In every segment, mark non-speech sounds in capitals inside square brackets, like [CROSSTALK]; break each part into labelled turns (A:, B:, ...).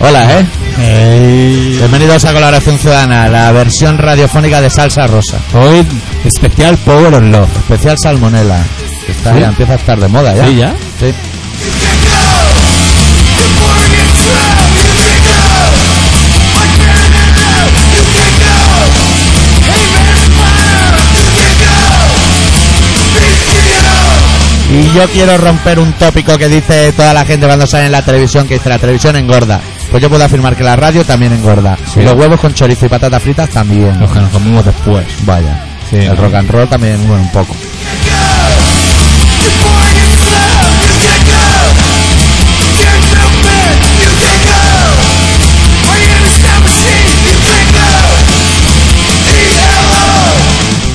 A: Hola, ¿eh? Bienvenidos a Colaboración Ciudadana, la versión radiofónica de Salsa Rosa.
B: Hoy especial Power on Love.
A: Especial Salmonela. que está-
B: ¿Sí?
A: ya empieza a estar de moda ya.
B: ¿Sí, ya?
A: Sí. Y yo quiero romper un tópico que dice toda la gente cuando sale en la televisión, que dice la televisión engorda. Pues yo puedo afirmar que la radio también engorda.
B: Sí.
A: Y los huevos con chorizo y patatas fritas también.
B: Los que nos comimos después.
A: Vaya.
B: Sí,
A: el
B: también.
A: rock and roll también, bueno, un poco.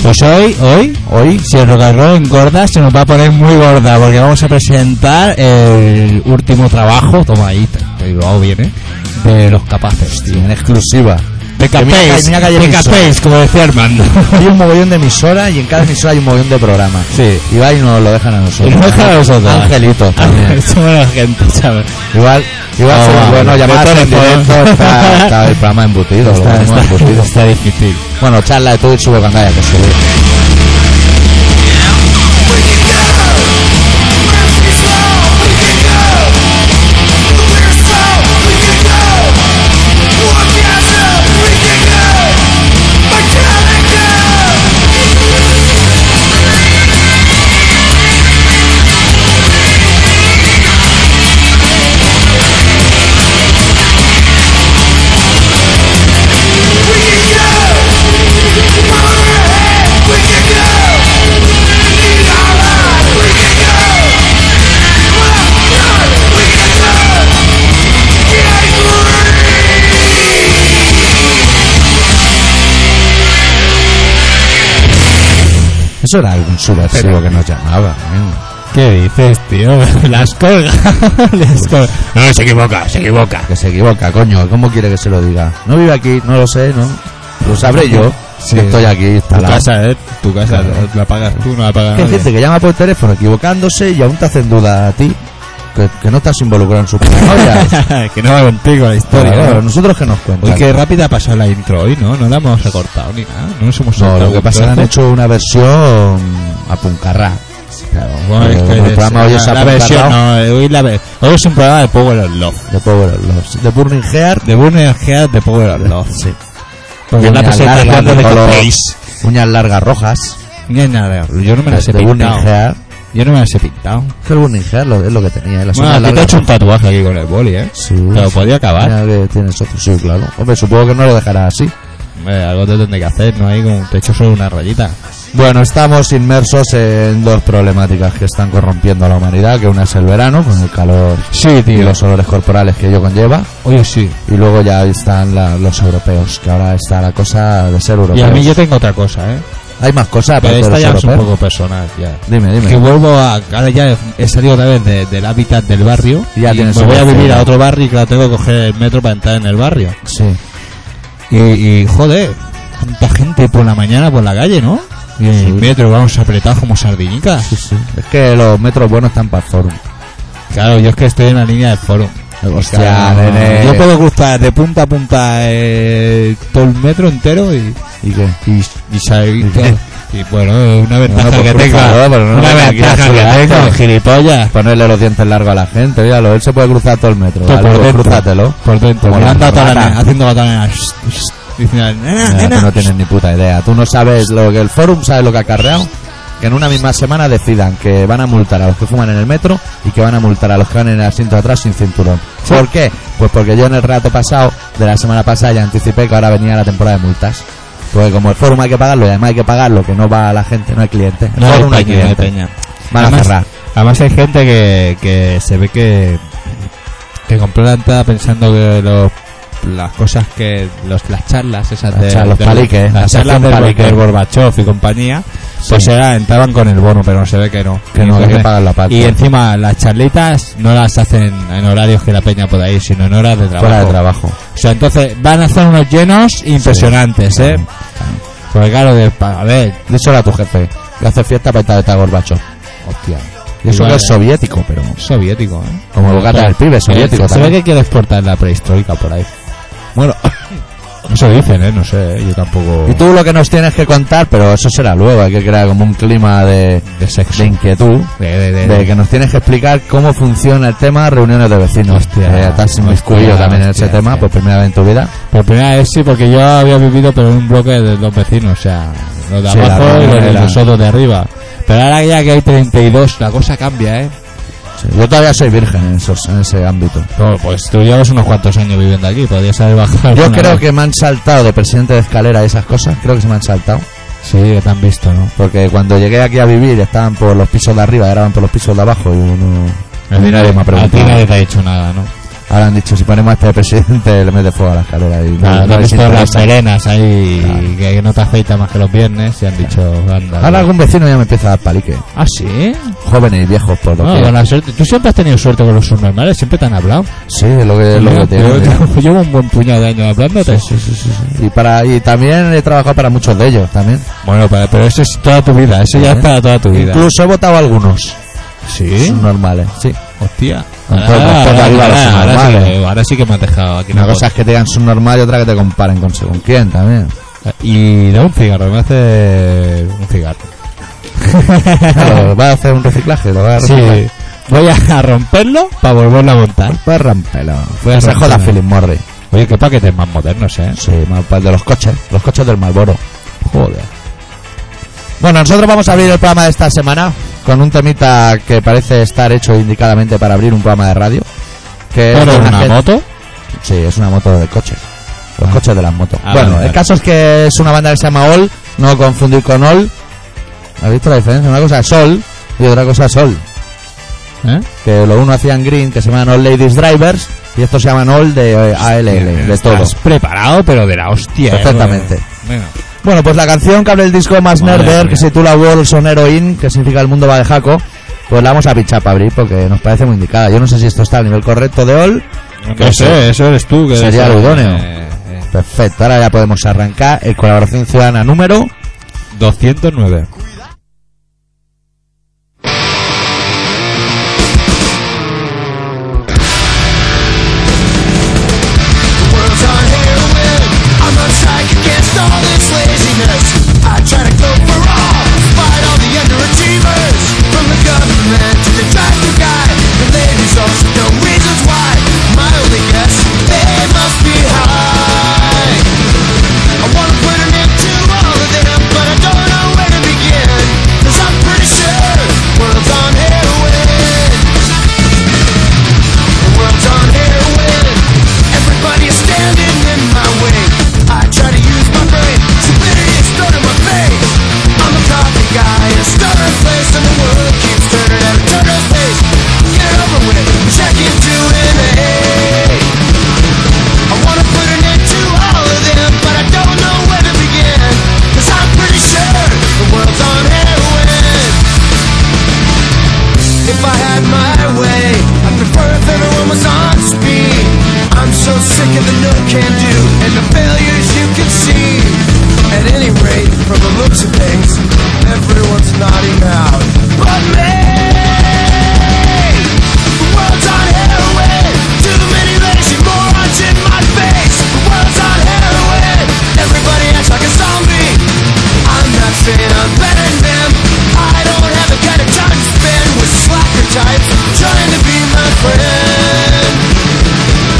B: Pues hoy, hoy, hoy, si el rock and roll engorda, se nos va a poner muy gorda, porque vamos a presentar el último trabajo, toma ahí, te te digo, oh, bien, ¿eh? de los capaces, tío.
A: En exclusiva.
B: Beca
A: Que mira que-
B: Pace,
A: mira que hay
B: Beca
A: emisora.
B: Pace, como
A: [LAUGHS]
B: decía Armando.
A: Hay un mogollón de emisora y en cada emisora hay un mogollón de programa.
B: Sí.
A: Y va y nos lo dejan a nosotros.
B: Y nos dejan a nosotros.
A: Angelito también.
B: [LAUGHS] Somos la gente, ¿sabes?
A: Igual, igual
B: Ah,
A: sería
B: vale.
A: bueno llamar
B: Mejor
A: en
B: mejor.
A: directo está, [LAUGHS] está el programa embutido, lo
B: Está,
A: tenemos
B: está-
A: embutido.
B: está difícil.
A: Bueno, charla de tú y sube cuando haya que subir. Eso era algún subversivo
B: Pero-
A: que nos llamaba. ¿eh?
B: ¿Qué dices, tío? [LAUGHS] Las colga. [LAUGHS] Las colga.
A: Pues
B: No, se equivoca, se equivoca.
A: Que se equivoca, coño. ¿Cómo quiere que se lo diga? No vive aquí, no lo sé, ¿no? Lo sabré yo.
B: Sí.
A: que estoy aquí
B: Tu
A: instalado.
B: casa, ¿eh? Tu casa,
A: Claro.
B: la pagas tú, no la pagas
A: Que hay
B: nadie.
A: gente que llama por teléfono equivocándose y aún te hacen duda a ti que, que no estás involucrado en su
B: [LAUGHS]
A: paranoia. [LAUGHS]
B: que no va contigo la historia.
A: Claro,
B: ¿no?
A: nosotros que nos cuentan.
B: Uy, qué rápida ha pasado la intro hoy, ¿no? No la hemos recortado ni nada. No nos hemos
A: No,
B: saltado
A: lo que
B: un
A: pasa es que han
B: trozo.
A: hecho una versión a puncarrá. Claro,
B: Bueno, es que
A: el
B: es-
A: programa hoy
B: la-
A: es
B: la versión,
A: apuncarrao
B: no, eh, hoy, la ve- hoy es un programa de Power of Love.
A: de Power of Love, de Burning Heart,
B: De Burner Heart de Power of Love.
A: Sí.
B: Porque es la
A: Uñas
B: presentación
A: largas
B: de
A: de color.
B: Copéis.
A: uñas largas rojas,
B: Ni hay nada, yo no me las he
A: de Burning
B: pintado.
A: Heart.
B: Yo no me las he pintado.
A: Que el Burning Heart lo- es lo que tenía, ¿eh? las
B: Bueno,
A: uñas
B: a ti te he
A: largas.
B: hecho un tatuaje aquí con el boli, ¿eh?
A: Sí.
B: Te lo podía acabar.
A: Mira que tienes otro, sí, claro. Hombre, supongo que no lo dejará así.
B: Hombre, Eh, algo te tendré que hacer, ¿no? Ahí con, te he hecho solo una rayita.
A: Bueno, estamos inmersos en dos problemáticas que están corrompiendo a la humanidad, que una es el verano, con el calor
B: Sí,
A: y los olores corporales que ello conlleva,
B: Oye, sí.
A: y luego ya están la- los europeos, que ahora está la cosa de ser
B: Y
A: europeos.
B: a mí yo tengo otra cosa, ¿eh?
A: Hay más cosas,
B: Pero
A: aparte
B: esta
A: de
B: ya
A: los
B: es un
A: europeos.
B: poco personal, ya.
A: Dime,
B: Que
A: dime.
B: vuelvo a... Ahora ya he- he salido otra vez de- del hábitat del barrio.
A: Y ya
B: y me
A: tienes
B: voy a
A: una
B: vivir
A: zona.
B: a otro barrio y claro, tengo que coger el metro para entrar en el barrio.
A: Sí.
B: Y, y, joder, tanta gente por la mañana por la calle, ¿no? Y el
A: Sí.
B: metro, vamos, apretados como sardinicas.
A: Sí, sí. Es que los metros buenos están para el forum.
B: Claro, yo es que estoy en la línea del foro.
A: Hostia,
B: Claro,
A: nene.
B: Yo puedo cruzar de punta a punta eh, todo el metro entero y,
A: ¿Y qué?
B: y, y salir todo. Y bueno, una ventaja
A: pues
B: que tengo.
A: cruzado, pero no
B: una
A: me aquí la
B: ventaja que
A: ciudad,
B: tengo,
A: ¿eh?
B: gilipollas.
A: Ponerle los dientes largos a la gente, míralo. Él se puede cruzar todo el metro.
B: Tú
A: Dale,
B: por
A: pues,
B: dentro.
A: crúzatelo.
B: Por dentro,
A: Como la
B: mirando a toda la
A: rata.
B: nena, haciendo a toda la nena. shh, shh,
A: "Eh,
B: Diciendo, nena,
A: Mira,
B: Ah, nena.
A: tú no tienes ni puta idea. Tú no sabes lo que el forum sabe lo que ha carreado. Que en una misma semana decidan que van a multar a los que fuman en el metro y que van a multar a los que van en el asiento de atrás sin cinturón.
B: Sí.
A: ¿Por qué? Pues porque yo en el rato pasado, de la semana pasada, ya anticipé que ahora venía la temporada de multas. Porque como el forum hay que pagarlo y además hay que pagarlo, que no va a la gente, no hay cliente. El
B: No hay
A: forum no hay
B: peña, no hay
A: cliente.
B: peña.
A: Van a
B: Además,
A: cerrar.
B: Además hay gente que, que se ve que, que compró la entrada pensando que los- las cosas que los, las charlas esas
A: Las
B: de,
A: charlas, los
B: de-
A: paliques, la
B: las charlas
A: sección
B: del,
A: palique.
B: del Gorbachev y compañía pues
A: Sí.
B: era, entraban con el bono pero se ve que no
A: Que no, que hay que
B: Entonces,
A: pagarlo aparte.
B: y encima las charlitas no las hacen en horarios que la peña pueda ir sino en horas de trabajo,
A: Fuera de trabajo.
B: o sea entonces van a hacer unos llenos impresionantes eh
A: Claro,
B: Pues porque claro de, pa- a ver
A: Díselo a tu jefe. Que hace fiesta para estar de Gorbacho.
B: hostia
A: Y eso
B: Igual,
A: que es
B: eh.
A: soviético, pero.
B: Soviético, ¿eh?
A: Como el gato del pibe, soviético
B: Se ve
A: también.
B: que quiere exportar la prehistórica por ahí.
A: Bueno,
B: Eso dicen, ¿eh? [COUGHS] No sé, ¿eh? yo tampoco...
A: y tú lo que nos tienes que contar, pero eso será luego, hay que crear como un clima de,
B: De sexo.
A: de inquietud.
B: De, de, de-
A: De que nos tienes que explicar cómo funciona el tema de reuniones de vecinos.
B: Hostia,
A: Eh, estás inmiscuido
B: hostia,
A: también en
B: hostia,
A: ese tema
B: hostia.
A: por primera vez en tu vida.
B: Por primera vez sí, porque yo había vivido pero en un bloque de dos vecinos, o sea, los de
A: Sí, la
B: abajo y los
A: reunión
B: de
A: era-
B: nosotros de arriba. Pero ahora ya que hay 32, la cosa cambia, ¿eh?
A: Sí, Yo todavía soy virgen en, esos, en ese ámbito.
B: No, pues tú llevas unos cuantos años viviendo aquí, podrías haber bajado.
A: Yo
B: alguna
A: creo
B: vez.
A: que me han saltado de presidente de escalera y esas cosas, creo que se me han saltado.
B: Sí, que te han visto, ¿no?
A: Porque cuando llegué aquí a vivir estaban por los pisos de arriba, ahora van por los pisos de abajo y uno... a mí nadie me ha
B: A ti
A: preguntado.
B: nadie te ha dicho nada, ¿no?
A: Ahora han dicho, si ponemos a este presidente le mete fuego a la escalera y
B: Nada, te han
A: les
B: visto las
A: interesa.
B: serenas ahí que, que no te afeita más que los viernes y han dicho, anda.
A: Ahora algún vecino ya me empieza a dar palique.
B: Ah, sí.
A: Jóvenes y viejos por lo
B: No,
A: que...
B: con la suerte. Tú siempre has tenido suerte con los subnormales, siempre te han hablado.
A: Sí, es lo que, es lo que
B: Yo-
A: tiene.
B: yo- [LAUGHS] yo llevo un buen puñado de años hablándote.
A: Y para y también he trabajado para muchos de ellos también.
B: Bueno, pero, pero eso es toda tu vida, eso ya
A: ¿Eh?
B: es para toda tu vida.
A: Incluso he votado a algunos
B: Sí,
A: normales. Sí.
B: hostia. Ah,
A: Con todo el respeto arriba a los
B: ahora, sí
A: subnormales.
B: que, ahora sí que me has dejado aquí.
A: Una
B: una
A: cosa es que te digan subnormal y otra que te comparen con según quién también.
B: cosa. Y da un cigarro, me hace
A: [LAUGHS]
B: un cigarro. [LAUGHS]
A: Claro, va a hacer un reciclaje, lo va a reciclar.
B: sí, [LAUGHS] voy a romperlo para volverlo a montar.
A: Pues rompelo.
B: Voy a
A: Que se
B: romperlo.
A: joda Philip Morris.
B: Oye, qué paquetes más modernos, ¿eh?
A: Sí, mal pal de los coches, los coches del Malboro.
B: Joder.
A: Bueno, nosotros vamos a abrir el programa de esta semana con un temita que parece estar hecho indicadamente para abrir un programa de radio. Que es
B: ¿Pero
A: de una
B: una
A: gente-
B: moto?
A: Sí, es una moto de coches. Los
B: Ah.
A: coches de las motos.
B: Ah,
A: bueno,
B: vale,
A: el
B: vale.
A: caso es que es una banda que se llama All, no confundir con All. ¿Has visto la diferencia? Una cosa es Sol y otra cosa es Sol.
B: ¿Eh?
A: Que lo uno hacían Green, que se llaman All Ladies Drivers, y estos se llaman All de eh, ALL, de todo.
B: Estás preparado, pero de la hostia. ¿eh?
A: Perfectamente.
B: Bueno,
A: Bueno, pues la canción que abre el disco más
B: Madre
A: nerder,
B: mía.
A: que se titula Worlds on Heroin, que significa El mundo va de jaco, pues la vamos a pinchar para abrir porque nos parece muy indicada. Yo no sé si esto está al nivel correcto de All.
B: no sé, eso eres tú. Que
A: Sería
B: eres-
A: lo idóneo.
B: Eh, eh.
A: Perfecto, ahora ya podemos arrancar el colaboración ciudadana número
B: 209.
C: World's on heroin. I'm a psych against all this laziness. I try to go for all, fight all the underachievers. From the government to the tractor guy, the ladies also know reasons why. My only guess, they must be high. I wanna put an end to all of them, but I don't know where to begin. Cause I'm pretty sure world's on heroin. The world's on heroin. Everybody is standing in my way. I try to use my brain. Stupidity is thrown in my face. I'm a coffee guy in a starving place, and the world keeps turning at a turtle's pace. Get it over with. Check into an A. I wanna put an end to all of them, but I don't know where to begin. Cause I'm pretty sure the world's on heroin. If I had my way, I'd prefer if everyone was on speed. I'm so sick of the no can do and the failures you can see. At any rate, from the looks of things, everyone's nodding out. But me! The world's on heroin. Too many lazy morons in my face. The world's on heroin. Everybody acts like a zombie. I'm not saying I'm better than them. I don't have the kind of time to spend with slacker types trying to be my friend.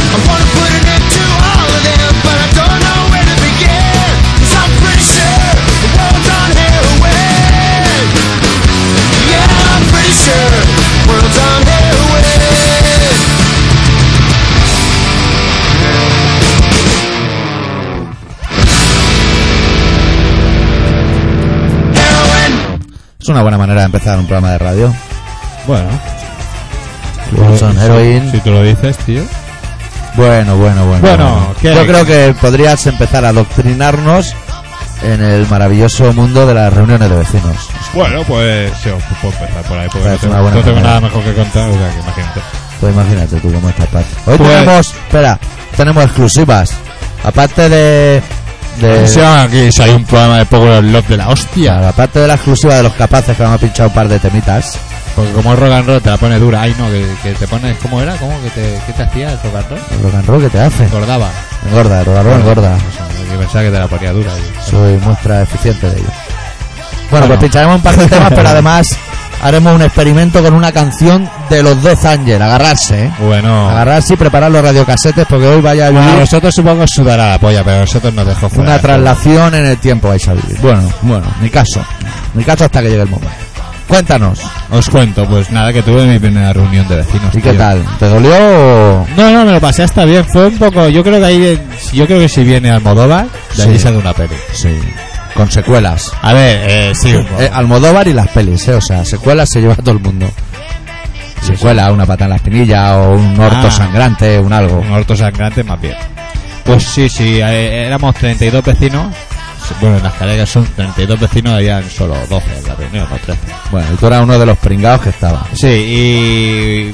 C: I wanna put an end to all of them, but I don't know where to begin. Cause I'm pretty sure the world's on heroin. Yeah, I'm pretty sure the world's on heroin. Heroin.
A: Es una buena manera de empezar un programa de radio.
B: Bueno.
A: Wilson,
B: Si-
A: heroin.
B: Si tú lo dices, tío.
A: Bueno, bueno, bueno.
B: Bueno, ¿qué
A: yo
B: hay?
A: creo que podrías empezar a adoctrinarnos en el maravilloso mundo de las reuniones de vecinos.
B: Bueno, pues sí, os puedo empezar por ahí, porque
A: Parece
B: no tengo,
A: una buena
B: no tengo
A: manera.
B: nada mejor que contar, o sea, que imagínate.
A: Pues imagínate tú cómo está Pat. Hoy
B: Pues-
A: tenemos, espera, tenemos exclusivas. Aparte de, de
B: Sí, aquí si hay un programa de Power Love de la hostia.
A: claro, aparte de la exclusiva de los capaces que vamos a pinchar un par de temitas.
B: Porque como el rock and roll te la pone dura. Ay, no, que, que te pones... ¿Cómo era? ¿Cómo? ¿Que te, que te hacía el rock and roll?
A: El rock and roll que te hace.
B: Engordaba.
A: Engorda, el rock and roll engorda.
B: O sea, yo pensaba que te la ponía dura. yo.
A: Soy muestra eficiente de ello. Bueno, pues
B: Bueno.
A: pincharemos un par de temas, pero además haremos un experimento con una canción de los Death Angel. Agarrarse, ¿eh?
B: Bueno...
A: Agarrarse y preparar los radiocasetes porque hoy vaya a
B: Bueno, a
A: vivir
B: nosotros supongo que sudará la polla, pero a nosotros nos dejó fuera.
A: una traslación en el tiempo vais a vivir. Bueno, bueno, mi caso. Mi caso hasta que llegue el momento. Cuéntanos,
B: Os cuento, pues nada, que tuve mi primera reunión de vecinos.
A: ¿y qué
B: tío.
A: tal? ¿Te dolió o-
B: No, no, me lo pasé hasta bien. Fue un poco. Yo creo que ahí. Yo creo que si viene Almodóvar, de ahí
A: Sí.
B: sale una peli.
A: Sí, con secuelas.
B: A ver, eh, sí. un poco.
A: Eh, Almodóvar y las pelis, ¿eh? O sea, secuelas se lleva a todo el mundo. Secuela, una pata en la espinilla o un orto
B: Ah.
A: sangrante, un algo.
B: un orto sangrante más bien. Pues sí, sí, eh, éramos 32 vecinos. Bueno, en las carreras son 32 vecinos, habían solo 12 en la reunión, no 13.
A: Bueno, y tú eras uno de los pringados que estaba.
B: Sí, y.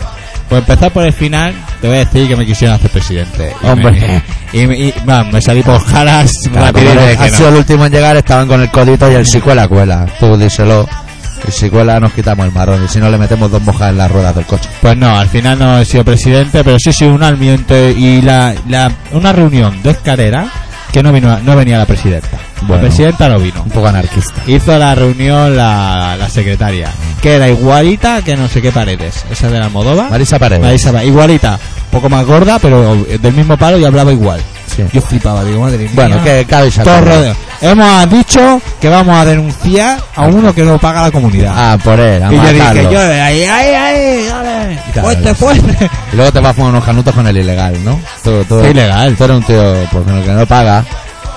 B: Por empezar por el final, te voy a decir que me quisieron hacer presidente. Y
A: Hombre.
B: Me, [LAUGHS] y, me- y, vamos, me salí por caras
A: Claro,
B: rápido y
A: como
B: dije
A: han
B: no.
A: sido el último en llegar, estaban con el codito y el secuela cuela. Tú díselo. El secuela nos quitamos el marrón y si no le metemos dos mojas en las ruedas del coche.
B: Pues no, al final no he sido presidente, pero sí, sí, un almiente y la, la- una reunión de escalera que no vino, no venía la presidenta.
A: Bueno.
B: La presidenta no vino.
A: Un poco anarquista.
B: Hizo la reunión la, la secretaria, que era igualita que no sé qué paredes. Esa de la Almodóvar.
A: Marisa Paredes.
B: Marisa Paredes, igualita, poco más gorda, pero del mismo palo y hablaba igual.
A: Sí.
B: Yo flipaba, digo, madre mía.
A: Bueno, que cabe
B: Todo
A: saltar.
B: rodeo. Hemos dicho que vamos a denunciar a uno que no paga la comunidad.
A: Ah, por él, a
B: y yo
A: matarlo.
B: dije, yo, ahí, ahí, ahí, dale,
A: Y tal.
B: fuerte, fuerte.
A: Y luego te vas a fumar unos canutos con el ilegal, ¿no? Tú, tú,
B: Qué ilegal.
A: tú eres un tío, pues con el que no paga.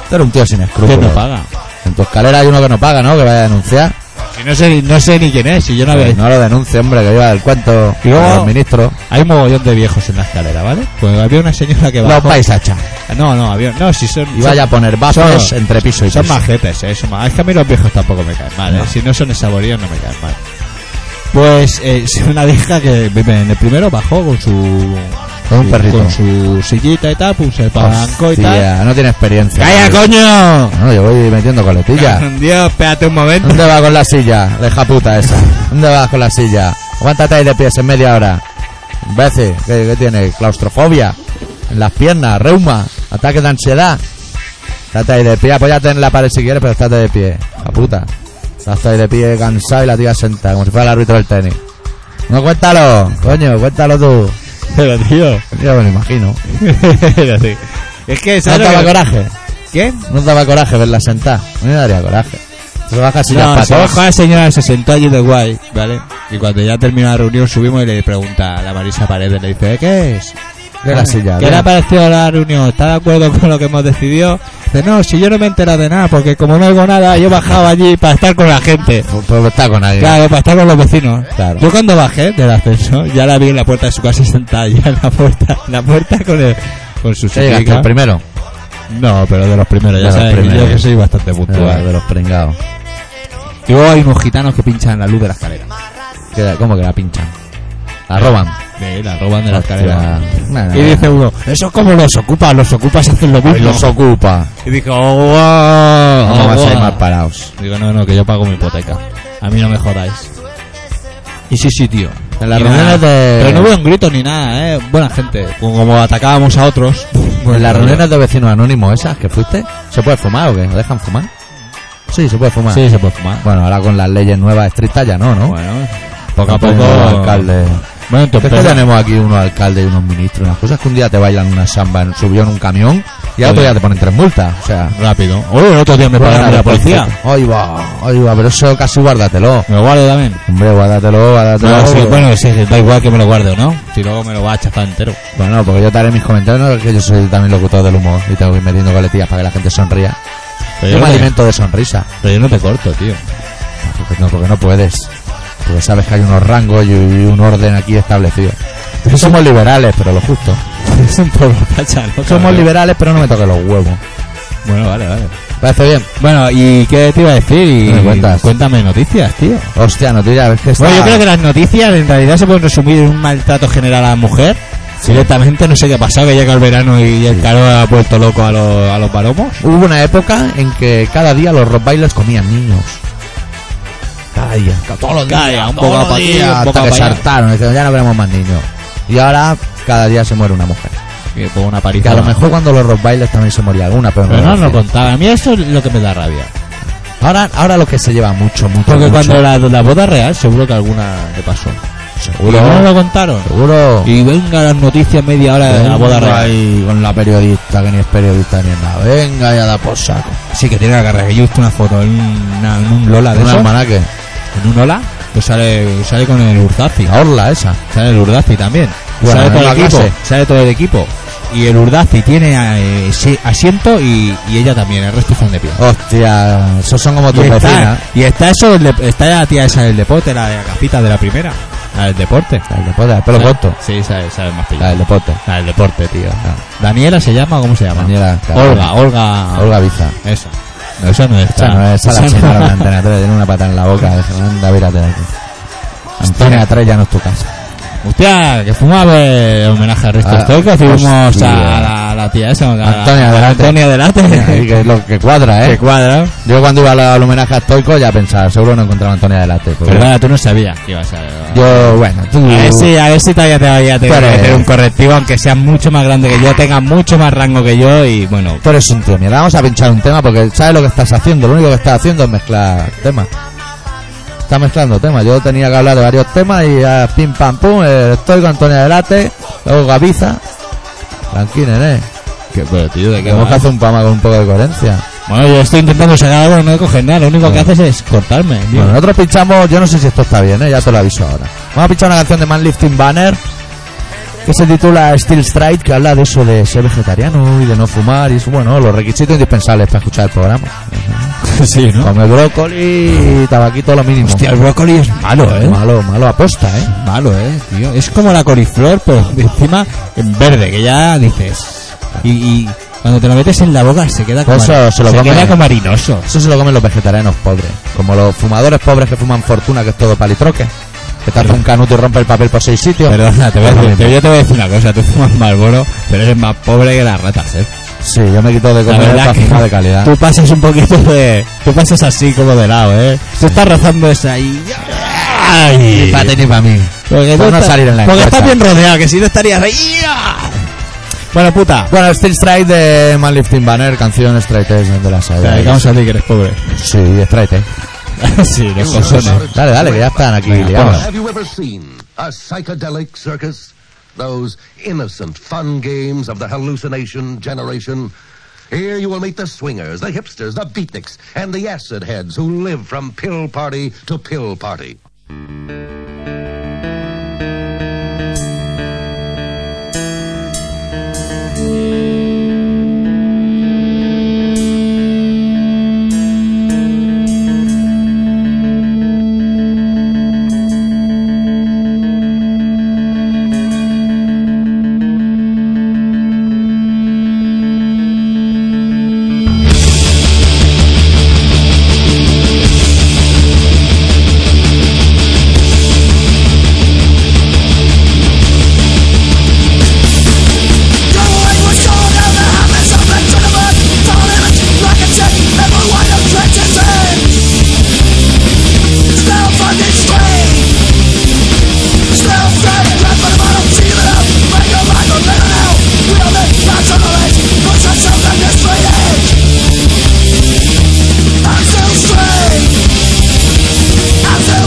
A: Tú eres un tío sin escrúpulos.
B: no paga?
A: En tu escalera hay uno que no paga, ¿no? Que vaya a denunciar. Pues
B: Si no sé, no sé ni quién es, si yo no había...
A: No lo denuncie, hombre, que lleva el cuento
B: Y luego-
A: a los ministros.
B: Hay un mogollón de viejos en la escalera, ¿vale? Pues había una señora que
A: Los
B: bajó...
A: paisachas.
B: No, no, había... No, si son...
A: Y vaya a poner bafes
B: son-
A: entre piso y
B: son,
A: piso.
B: son majetes, ¿eh? Son ma- Es que a mí los viejos tampoco me caen mal, ¿eh? Si no son esaboríos no me caen mal. Pues eh, [LAUGHS] es una vieja que vive en el primero bajó con su...
A: Con un perrito.
B: Con su sillita y tal, pues el palanco y tal.
A: Hostia, no tiene experiencia.
B: ¡Calla, coño!
A: No, yo voy metiendo
B: [LAUGHS]
A: coletilla.
B: Dios, espérate un momento.
A: [LAUGHS] ¿Dónde vas con la silla? Deja puta esa. ¿Dónde vas con la silla? Aguántate ahí de pies en media hora. Imbécil, ¿qué, qué tiene? Claustrofobia. En las piernas, reuma, ataque de ansiedad. Estate ahí de pie, apóyate en la pared si quieres, pero estate de pie. La puta. Estás ahí de pie cansado y la tía sentada, como si fuera el árbitro del tenis. No, cuéntalo, coño, cuéntalo tú.
B: Pero, [LAUGHS] tío...
A: Yo me lo imagino.
B: Era así. Es que,
A: No
B: ¿sabes
A: daba
B: lo que-
A: coraje,
B: ¿Qué?
A: no daba coraje verla sentada. A mí me daría coraje. Se baja sillas
B: no,
A: para
B: se
A: todos.
B: bajó la señora, se sentó allí de guay, ¿vale? Y cuando ya terminó la reunión subimos y le pregunta a la Marisa Paredes, le dice, ¿qué es?
A: De la silla,
B: ¿Qué
A: de
B: le
A: la-
B: ha parecido la reunión? ¿Está de acuerdo [LAUGHS] con lo que hemos decidido? Dice, no, si yo no me he enterado de nada, porque como no oigo nada, yo bajaba allí para estar con la gente.
A: Pues- pues está con alguien.
B: Claro, para estar con los vecinos.
A: Claro.
B: Yo cuando bajé del ascensor, ya la vi en la puerta de su casa sentada ya en la puerta, en la puerta con el, con su
A: Ya llegaste
B: chiquica.
A: el primero.
B: No, pero de los primeros,
A: De
B: ya
A: los
B: sabes, que
A: primeros.
B: yo que soy bastante
A: Ah,
B: puntual.
A: de los pringados.
B: Y luego hay unos gitanos que pinchan la luz de la escalera.
A: Que- ¿Cómo que la pinchan? La roban.
B: Sí, la roban de la
A: Hostia.
B: escalera.
A: Nah, nah,
B: Y dice
A: nah.
B: uno, eso es como los ocupas, los ocupas hacen lo
A: Ay,
B: mismo.
A: los ocupa.
B: y dijo, oh, wow,
A: No
B: oh,
A: vas a ir
B: wow".
A: mal parados.
B: Digo, no, no, que yo pago mi hipoteca. A mí no me jodáis. Y sí, sí, tío.
A: En las
B: Y
A: reuniones
B: nada.
A: de-
B: Pero no hubo un grito ni nada, eh. Buena gente. Como, como atacábamos a [LAUGHS] otros. pues
A: en las reuniones de vecinos anónimos esas que fuiste, ¿se puede fumar o qué? ¿Lo dejan fumar? Sí, se puede fumar.
B: Sí, se puede pues fumar.
A: Bueno, ahora con las leyes nuevas estrictas ya no, ¿no?
B: Bueno, poco a
A: Están
B: poco.
A: poniendo los alcaldes.
B: Bueno,
A: Es
B: entonces.
A: que tenemos aquí unos alcaldes y unos ministros. Las cosas que un día te bailan una samba en subió en un camión y al otro
B: Oye.
A: día te ponen tres multas. O sea,
B: Rápido. Oye, el otro día me
A: Bueno,
B: pagaron la policía.
A: Ahí va, ahí va, pero eso casi guárdatelo.
B: Me guardo también.
A: Hombre, guárdatelo, guárdatelo.
B: No, sí,
A: porque-
B: bueno, sí, da igual que me lo guarde o no. Si luego me lo va a chafar entero.
A: Bueno, porque yo te haré mis comentarios, que yo soy también locutor del humor y tengo que ir metiendo coletillas para que la gente sonría.
B: Pero
A: Yo
B: yo,
A: me
B: no te,
A: alimento de sonrisa.
B: pero yo no te corto, tío.
A: Porque no, porque no puedes. Porque sabes que hay unos rangos y y un orden aquí establecido. Somos liberales, pero lo justo.
B: Es un [LAUGHS] pueblo pacha, ¿no?
A: Somos liberales, pero no me toques los huevos.
B: Bueno, vale, vale.
A: ¿Parece bien?
B: Bueno, ¿y qué te iba a decir? Y-
A: ¿Qué me cuentas? Ah.
B: Cuéntame noticias, tío.
A: Hostia, no, tú ya ves que está...
B: Bueno, yo creo que las noticias en realidad se pueden resumir en un maltrato general a la mujer. Directamente, no sé qué ha pasado, que llega el verano y el calor ha vuelto loco a, los- a los palomos.
A: Hubo una época en que cada día los rock bailers comían niños. Cada día.
B: Todos los
A: Cada
B: días,
A: día, un
B: todos
A: poco
B: los
A: para aquí,
B: días, un
A: hasta
B: poco
A: que
B: para allá.
A: saltaron. Dijeron, ya no queremos más niños. Y ahora cada día se muere una mujer.
B: Que con una
A: Y
B: pariza.
A: que a lo mejor cuando los rock bailes también se moría alguna, pero,
B: Pero
A: lo
B: no nos lo
A: decían.
B: contaban. A mí eso es lo que me da rabia.
A: ahora, ahora lo que se lleva mucho, mucho,
B: Porque
A: mucho.
B: cuando la, la boda real, seguro que alguna le pasó. Y
A: seguro,
B: no nos lo contaron.
A: seguro.
B: Y venga las noticias media hora de la boda
A: Venga
B: real.
A: ahí con la periodista que ni es periodista ni es nada. Venga ya da por saco.
B: Sí, que tiene la carrera. Yo he visto una foto en, una- en un Lola de
A: Un
B: esos.
A: almanaque.
B: En un Lola. Pues sale, sale con el Urzazi.
A: La orla esa.
B: Sale el Urdazi también.
A: Bueno,
B: sale
A: en
B: todo
A: la
B: el equipo.
A: clase.
B: Sale todo el equipo. Y el Urdazi tiene eh, si- asiento y, y ella también. El resto son de pie.
A: Hostia, esos son como
B: Y
A: tus
B: está,
A: vecinas.
B: y está eso, del dep- está la tía esa del deporte, la de la capita de la primera. La del deporte.
A: La del deporte, la del pelo
B: ¿Sabe?
A: corto.
B: Sí, sabe, sabe más
A: La
B: pillado.
A: del deporte.
B: La del deporte, tío.
A: Ah.
B: ¿Daniela se llama o cómo se llama?
A: Daniela,
B: Olga, Olga.
A: Olga Biza.
B: Esa. No, esa no
A: Esa
B: está.
A: no
B: [LAUGHS]
A: es, esa la
B: Esa Ah, no.
A: señora de Antena 3, tiene una pata en la boca. dice, Anda, vírate de aquí. Antena 3 ya no es tu
B: [LAUGHS]
A: casa.
B: Hostia, que fuimos a ver el homenaje a Risto
A: Ah,
B: Stoico. Fuimos
A: hostia.
B: a la, la tía esa. a la-
A: Antonia
B: a la
A: Delate.
B: Antonia
A: Ahí
B: Delate.
A: que es lo que cuadra,
B: [LAUGHS] Que
A: ¿eh?
B: cuadra.
A: Yo cuando iba al, al homenaje a Stoico ya pensaba, seguro no encontraba a Antonia Delate. pero
B: Perdona, tú no sabías que ibas a ver.
A: Yo, bueno, tú...
B: A ver si, a ver si todavía te vaya a tener que
A: Pero-
B: hacer un correctivo, aunque sea mucho más grande que yo, tenga mucho más rango que yo y bueno.
A: Tú eres un tío, mira, vamos a pinchar un tema porque sabes lo que estás haciendo, lo único que estás haciendo es mezclar temas. Estás mezclando temas, yo tenía que hablar de varios temas y ya pim pam pum, eh, estoy con Antonia Delate, luego Gaviza, tranquilo, eh.
B: Que, pero tío, ¿de
A: Tenemos que hacer un programa con un poco de coherencia.
B: Bueno, yo estoy intentando sacar algo, no coges nada, lo único que haces es cortarme. tío.
A: Bueno, nosotros pinchamos, yo no sé si esto está bien, eh, ya te lo aviso ahora. Vamos a pinchar una canción de Man Lifting Banner que se titula Steel Strike, que habla de eso de ser vegetariano y de no fumar y eso, bueno, los requisitos indispensables para escuchar el programa.
B: [LAUGHS] sí, ¿no?
A: Come brócoli y tabaquito lo mínimo.
B: Hostia, el brócoli es malo, ¿eh?
A: Malo, malo aposta, ¿eh?
B: Malo, ¿eh, tío? Es como la coliflor, pero encima en verde, que ya dices. Y, y cuando te lo metes en la boca se queda como,
A: Eso se lo come.
B: queda como harinoso.
A: Eso se lo comen los vegetarianos pobres. Como los fumadores pobres que fuman fortuna, que es todo palitroque. Que te hace un canuto y rompe el papel por seis sitios.
B: Perdona, te voy a
A: Es lo
B: decir,
A: mismo.
B: yo te voy a decir una cosa, tú fumas Marlboro, pero eres más pobre que las ratas, ¿eh?
A: Sí, yo me quito de
B: La
A: comer
B: verdad
A: para
B: que
A: fumar de calidad.
B: Tú pasas un poquito de... Tú pasas así como de lado, ¿eh? Tú estás rozando esa y... ¡Ay!
A: Para ti ni para mí.
B: Porque,
A: Por
B: tú
A: no
B: estás-
A: salir en la
B: porque
A: encuesta.
B: estás bien rodeado, que si no estarías ahí... ¡Ya! Bueno, puta.
A: Bueno, Steel Strike de Man Lifting Banner, canción Strike es donde la
B: Te
A: sabe.
B: dedicamos a ti que eres pobre.
A: Sí, Strike. eh. [LAUGHS]
B: sí, los cojones.
A: Dale, dale, que ya están aquí
B: Venga,
A: liados.
D: Have you ever seen a psychedelic circus? Those innocent fun games of the hallucination generation? Here you will meet the swingers, the hipsters, the beatniks, and the acid heads who live from pill party to pill party.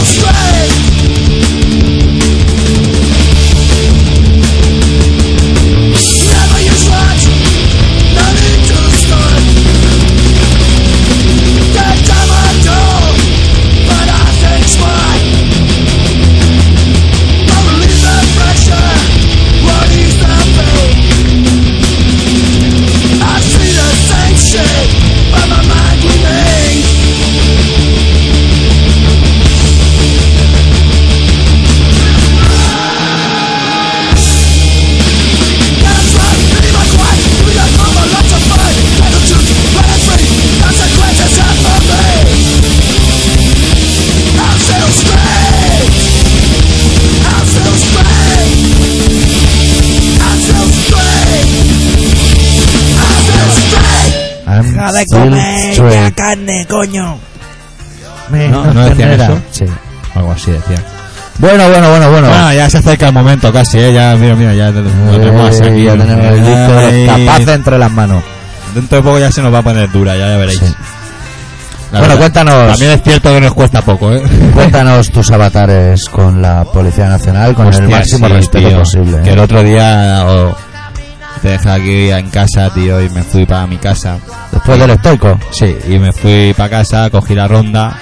C: Straight! Never use words, no need to start. That time I do, but I think smart. I relieve the pressure, what is the pain? I see the same shit, but my mind remains. That's right, be my quiet, we don't have a lot to fight. Attitude, when it's free, consequences have for me. I'm still straight. I'm still straight. I'm still straight. I'm
A: I'm
C: still straight.
E: Deja de
A: Steel
E: comer ya
A: Strike.
E: carne, coño.
B: No, no decían
A: ternera.
B: eso.
A: Sí.
B: Algo así decían.
A: Bueno, bueno, bueno, bueno.
B: Bueno, Ah, ya se acerca el momento casi, ¿eh? Ya, mira, mira, ya te- lo tenemos
A: Eh,
B: aquí.
A: ya tenemos el disco de los
B: Ay.
A: capaces entre las manos.
B: Dentro de poco ya se nos va a poner dura, ya, ya veréis.
A: Sí.
B: La
A: Bueno,
B: verdad.
A: cuéntanos.
B: También es cierto que nos cuesta poco, ¿eh?
A: Cuéntanos tus avatares con la Policía Nacional con el
B: Hostia,
A: máximo
B: sí,
A: respeto
B: tío.
A: posible. ¿eh?
B: Que el otro día oh, te dejé aquí en casa, tío, y me fui para mi casa.
A: Después del estoico.
B: Sí, y me fui para casa, cogí la ronda,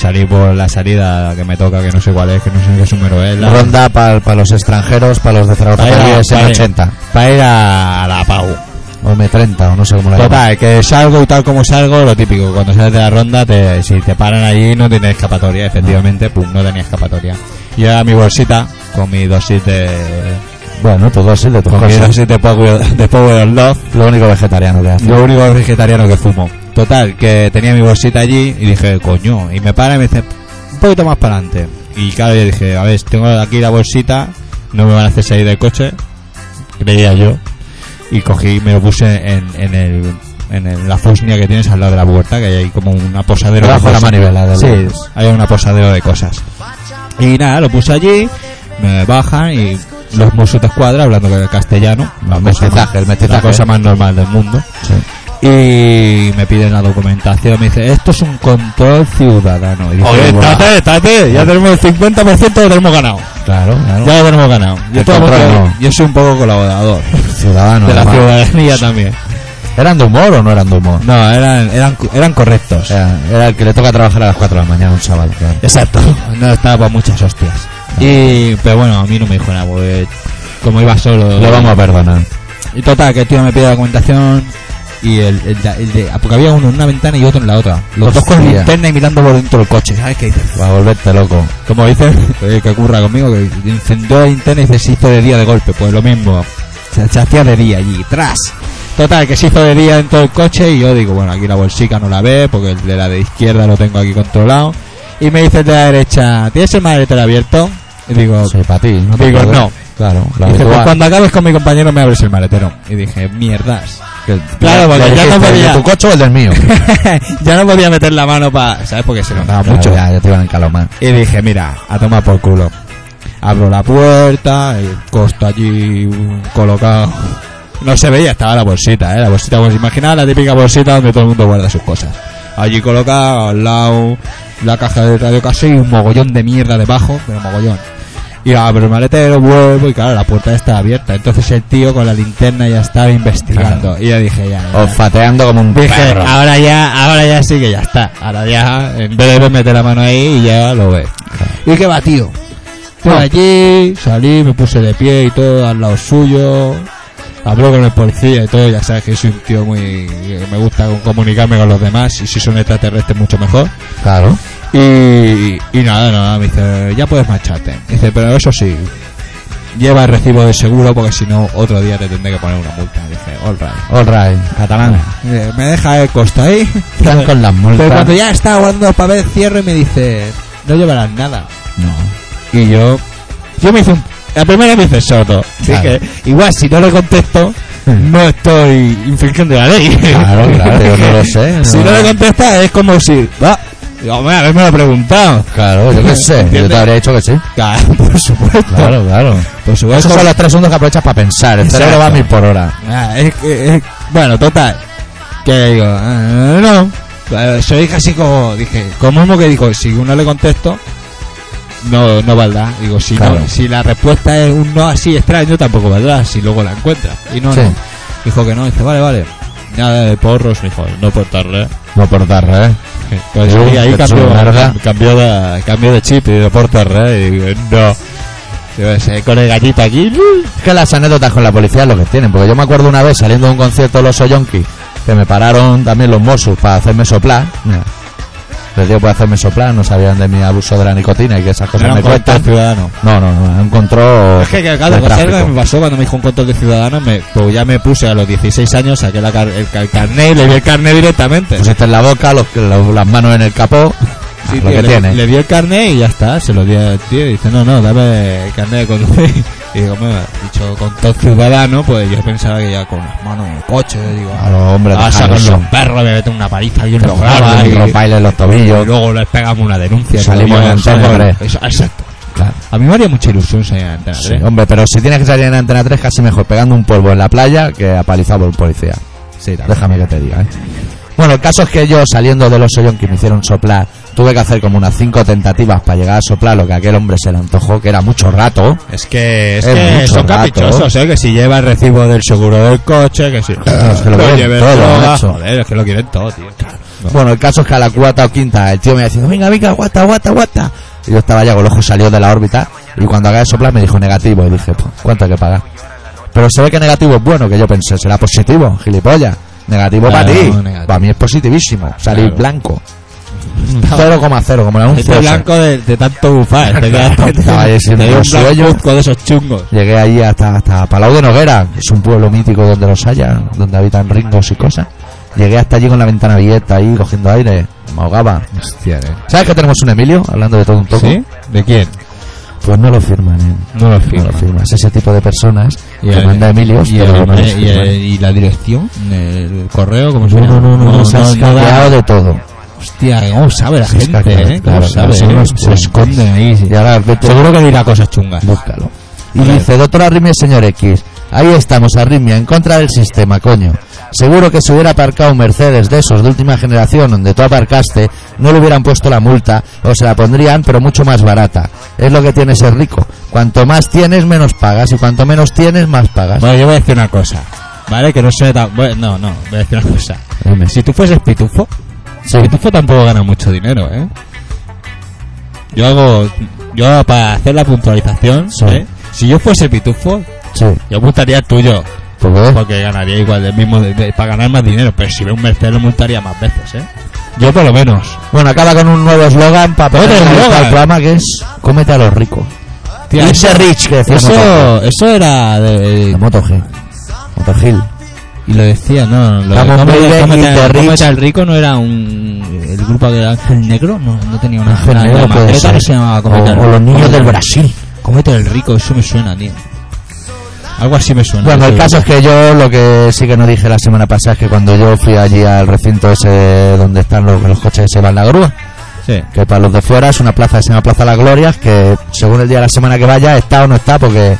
B: salí por la salida que me toca, que no sé cuál es, que no sé qué número es. La
A: Ronda para los extranjeros, para los de Zaragoza
B: Para ir, a,
A: Madrid, es
B: para
A: en
B: ir-
A: 80.
B: para ir a la PAU.
A: O M30, o no sé cómo la llaman.
B: Total, que salgo y tal como salgo, lo típico, cuando sales de la ronda, te, si te paran allí no tienes escapatoria, efectivamente, pum, no tenía escapatoria. Y ahora mi bolsita con mi dosis de...
A: Bueno, tu dosis de tus
B: Con mi
A: cosas.
B: dosis de Power, de Power of Love,
A: Lo único vegetariano que hace.
B: lo único vegetariano que fumo. Total, que tenía mi bolsita allí y dije, coño, y me para y me dice, un poquito más para adelante. Y claro, yo dije, a ver, tengo aquí la bolsita, no me van a hacer salir del coche, creía yo. Y cogí, me lo puse en, en el en el- la fusnia que tienes al lado de la puerta, que hay ahí como una posadero
A: Debajo de la
B: cosas.
A: manivela del-
B: Sí, hay una posadero de cosas. Y nada, lo puse allí, me bajan y los musutas cuadra hablando con el castellano. La
A: El
B: cosa
A: mestizaje, el
B: más-
A: mestizaje.
B: La cosa más normal del mundo. Y me piden la documentación, me dice, esto es un control ciudadano. Y dije,
A: Oye,
B: "Buah".
A: estate,
B: ya tenemos el 50% lo tenemos ganado.
A: Claro, claro.
B: Ya lo tenemos ganado. Yo,
A: El
B: todo
A: control
B: porque-
A: no.
B: yo soy un poco colaborador
A: Ciudadano.
B: de la
A: además.
B: ciudadanía también.
A: ¿Eran de humor o no eran de humor?
B: No, eran, eran, eran correctos.
A: Era, era el que le toca trabajar a las 4 de la mañana un sábado. claro.
B: Exacto. No estaba para muchas hostias. Y, pero bueno, a mí no me dijo nada, porque como iba solo.
A: Lo vamos a perdonar.
B: Y total, que el tío me pide la documentación y el, el da- el de- ah, porque había uno en una ventana y otro en la otra. Los dos con
A: Hostia.
B: linterna y mirando por dentro del coche, ¿sabes qué dices?
A: Pues Va a volverte loco.
B: Como [LAUGHS] dices, eh, que ocurra conmigo, que encendió la linterna y dice, se hizo de día de golpe, pues lo mismo. Se, se hacía de día allí, tras. Total, que se hizo de día dentro del coche y yo digo, bueno, aquí la bolsica no la ve, porque el de la de izquierda lo tengo aquí controlado. Y me dice el de la derecha, ¿tienes el maletero abierto? Y digo,
A: Sí, para ti. No te
B: Digo,
A: preocupes.
B: no.
A: Claro, lo
B: Dice, pues
A: habitual.
B: cuando acabes con mi compañero me abres el maletero. Y dije, mierdas.
A: Que-
B: Claro, porque
A: le
B: ya no
A: dijiste,
B: podía.
A: ¿el de tu coche o el del
B: [LAUGHS]
A: mío?
B: ya no podía meter la mano para. ¿Sabes? Porque se notaba
A: Claro,
B: mucho.
A: Ya, ya te iban a encalomar.
B: Y dije, mira, a tomar por culo. Abro la puerta, el costo allí um, colocado. No se veía, estaba la bolsita, ¿eh? La bolsita, pues imaginad la típica bolsita donde todo el mundo guarda sus cosas. Allí colocada, al lado, la caja de radio casi y un mogollón de mierda debajo, pero mogollón. Y abro el maletero, vuelvo y claro, la puerta está abierta. Entonces el tío con la linterna ya estaba investigando. Y yo dije, ya, ya,
A: Olfateando como un
B: Dije,
A: perro.
B: ahora ya, ahora ya sí que ya está. Ahora ya, en vez de meter la mano ahí, y ya lo ves. ¿Y qué va, tío? Ah. Fui allí, salí, me puse de pie y todo al lado suyo. Habló con el policía y todo, ya sabes que soy un tío muy... que Me gusta comunicarme con los demás y si son extraterrestres mucho mejor.
A: Claro.
B: Y, y nada, nada, me dice, ya puedes marcharte. Dice, pero eso sí, lleva el recibo de seguro porque si no, otro día te tendré que poner una multa. Dije, all right.
A: All right.
B: Catalán. Eh, Me deja el costo [LAUGHS] ahí.
A: Están con las multas.
B: Pero cuando ya estaba guardando los papeles, cierro y me dice, no llevarás nada.
A: No.
B: Y yo, yo me hice un- la primera me hice sordo. Así
A: Claro.
B: que, igual si no le [LAUGHS] contesto, no estoy infringiendo la ley.
A: Claro, claro, yo no lo sé, no.
B: [LAUGHS] Si no le contesta, es como si, va, digo, hombre, haberme lo preguntado.
A: Claro,
B: [LAUGHS]
A: yo qué sé. Yo te
B: ¿Entiendes?
A: habría dicho que sí.
B: Claro, por supuesto.
A: Claro, claro.
B: Por supuesto.
A: Esos son los tres segundos que aprovechas para pensar. El cerebro va a mil
B: Exacto.
A: por hora.
B: Ah, es que, es- bueno, total. Que digo, ah, no. Eh, Soy casi como, dije, como mismo que digo, si no le contesto, no, no valdrá. Digo, si,
A: Claro.
B: no, si la respuesta es un no así extraño, tampoco valdrá, si luego la encuentras. Y no,
A: Sí.
B: no. Dijo que no, dice, vale, vale. Nada de porros, me dijo, no portarle.
A: No por tarde, ¿eh?
B: Pues
A: Uh,
B: y ahí
A: qué
B: cambió,
A: chungarda.
B: cambió, de, cambió de chip y de portarle. Y digo, no. Yo qué sé, con el gallito aquí.
A: Es que las anécdotas con la policía es lo que tienen. Porque yo me acuerdo una vez saliendo de un concierto de los Soyonki que me pararon también los Mossos para hacerme soplar. Mira, Les digo para hacerme soplar, no sabían de mi abuso de la nicotina y que esas cosas
B: Era un
A: me cuentan.
B: control ciudadano.
A: No, no, no, encontró.
B: Es que, claro,
A: Ah, de
B: pues, ¿sabes lo que
A: tráfico.
B: me pasó cuando me dijo un control de ciudadanos? Me, pues ya me puse a los 16 años, saqué la car- el, ca- el carnet y le vi el carnet directamente.
A: Pusiste en la boca, los, los- las manos en el capó [LAUGHS]
B: Sí,
A: Pues, ah, lo
B: tío,
A: que
B: le,
A: tiene.
B: le dio el carnet y ya está, se lo dio al tío y dice, no, no, dame el carnet de conducir. [LAUGHS] Y digo, me ha dicho con todo ciudadano, pues yo pensaba que ya con las manos en el coche, digo,
A: A los hombres de
B: a sacar
A: Harrison.
B: Ah, los perros, me meten una paliza bien
A: Los
B: brava
A: brazos,
B: y,
A: los bailes, los tobillos.
B: y luego les pegamos una denuncia.
A: Salimos
B: todavía,
A: en Antena
B: ¿sabes?
A: 3.
B: Eso, Exacto.
A: Claro.
B: A mí me haría mucha ilusión salir en Antena
A: Sí,
B: 3.
A: hombre, pero si tienes que salir en Antena 3, casi mejor pegando un polvo en la playa que apalizado por un policía.
B: Sí, también.
A: Déjame que te diga, ¿eh? Bueno, el caso es que yo saliendo de los hoyos que me hicieron soplar, tuve que hacer como unas cinco tentativas para llegar a soplar lo que a aquel hombre se le antojó, que era mucho rato.
B: Es que, es
A: Es
B: que
A: mucho
B: son
A: rato.
B: caprichosos, ¿eh? Que si lleva el recibo del seguro del coche, que si
A: Claro, Ah, es que lo
B: no
A: quieren
B: lleves
A: todo,
B: droga,
A: macho.
B: joder, es que lo quieren todo, tío. No.
A: Bueno, el caso es que a la cuarta o quinta el tío me decía, venga, venga, aguanta, aguanta, aguanta. Y yo estaba ya con el ojo salido de la órbita y cuando acabé de soplar me dijo negativo y dije, "Pues, ¿cuánto hay que pagar? Pero se ve que negativo es bueno, que yo pensé, será positivo, gilipollas. Negativo
B: Claro,
A: para ti,
B: negativo.
A: para mí es positivísimo, salir
B: Claro.
A: blanco. 0,0, como en un
B: Este blanco de, de tanto bufar, te quedas tonto.
A: Estaba ahí
B: Te
A: sin
B: dio un
A: sueño.
B: blanco de esos chungos.
A: Llegué ahí hasta, hasta Palau de Noguera, que es un pueblo mítico donde los haya, donde habitan ringos y cosas. Llegué hasta allí con la ventana abierta, ahí cogiendo aire, me ahogaba.
B: Hostia, ¿eh?
A: ¿Sabes que tenemos un Emilio? Hablando de todo un poco.
B: ¿Sí? ¿De quién?
A: Pues no lo firman, ¿eh?
B: No lo
A: No lo firman. Es ese tipo de personas que
B: el-
A: manda Emilios,
B: y,
A: pero
B: el-
A: no los
B: eh, y el-
A: firman.
B: y la dirección, el correo, como se
A: No,
B: llama.
A: no, no, no, se ha
B: da-
A: escaqueado de todo.
B: Hostia, ¿eh? ¿cómo sabe la
A: Se ha
B: gente,
A: escaqueado,
B: eh? ¿Cómo
A: claro,
B: sabe?
A: claro,
B: eh?
A: sí,
B: Se
A: sí.
B: esconden ahí. sí.
A: Y ahora vete-
B: Seguro que dirá cosas chungas.
A: Búscalo. Y
B: Vale.
A: dice, doctor Arrimia, señor X, ahí estamos, Arrimia, en contra del sistema, coño. Seguro que si hubiera aparcado un Mercedes de esos de última generación donde tú aparcaste, no le hubieran puesto la multa, o se la pondrían, pero mucho más barata. Es lo que tiene ser rico. Cuanto más tienes, menos pagas, y cuanto menos tienes, más pagas.
B: Bueno, yo voy a decir una cosa, ¿vale? Que no sé tan... Bueno, no, no, voy a decir una cosa.
A: Dime.
B: Si tú fueses pitufo,
A: Sí.
B: pitufo tampoco gana mucho dinero, ¿eh? Yo hago... Yo, para hacer la puntualización,
A: Sí.
B: ¿eh? Si yo fuese pitufo,
A: Sí,
B: yo multaría el tuyo,
A: ¿por qué?
B: porque ganaría igual del mismo, de- de- para ganar más dinero. Pero si veo un Mercedes, lo multaría más veces, ¿eh? Yo por lo menos.
A: Bueno, acaba con un nuevo eslogan para
B: Otro eslogan.
A: el programa que es Cómete a los ricos.
B: Tía,
A: Irse
B: eso,
A: rich, que decía Moto-
B: eso, eso era
A: de
B: de...
A: MotoG. MotoGil.
B: Y lo decía, no, lo
A: Vamos,
B: cómo-
A: baby,
B: cómo
A: y
B: te-
A: the
B: cómo
A: rich.
B: era el rico no era un el grupo que era Ángel Negro, no, no tenía una
A: Ángel
B: una-
A: Negro
B: una
A: puede
B: maqueta
A: ser.
B: que se llamaba
A: O-
B: Cometa el
A: o los niños
B: Cometa
A: del
B: el-
A: Brasil.
B: Cometa el rico, eso me suena, tío. Algo así me suena.
A: Bueno, el
B: Eso-
A: caso es que yo lo que sí que no dije la semana pasada es que cuando yo fui allí al recinto ese donde están los, los coches que se van la grúa,
B: Sí.
A: que para los de fuera es una plaza que se llama Plaza Las Glorias, que según el día de la semana que vaya está o no está, porque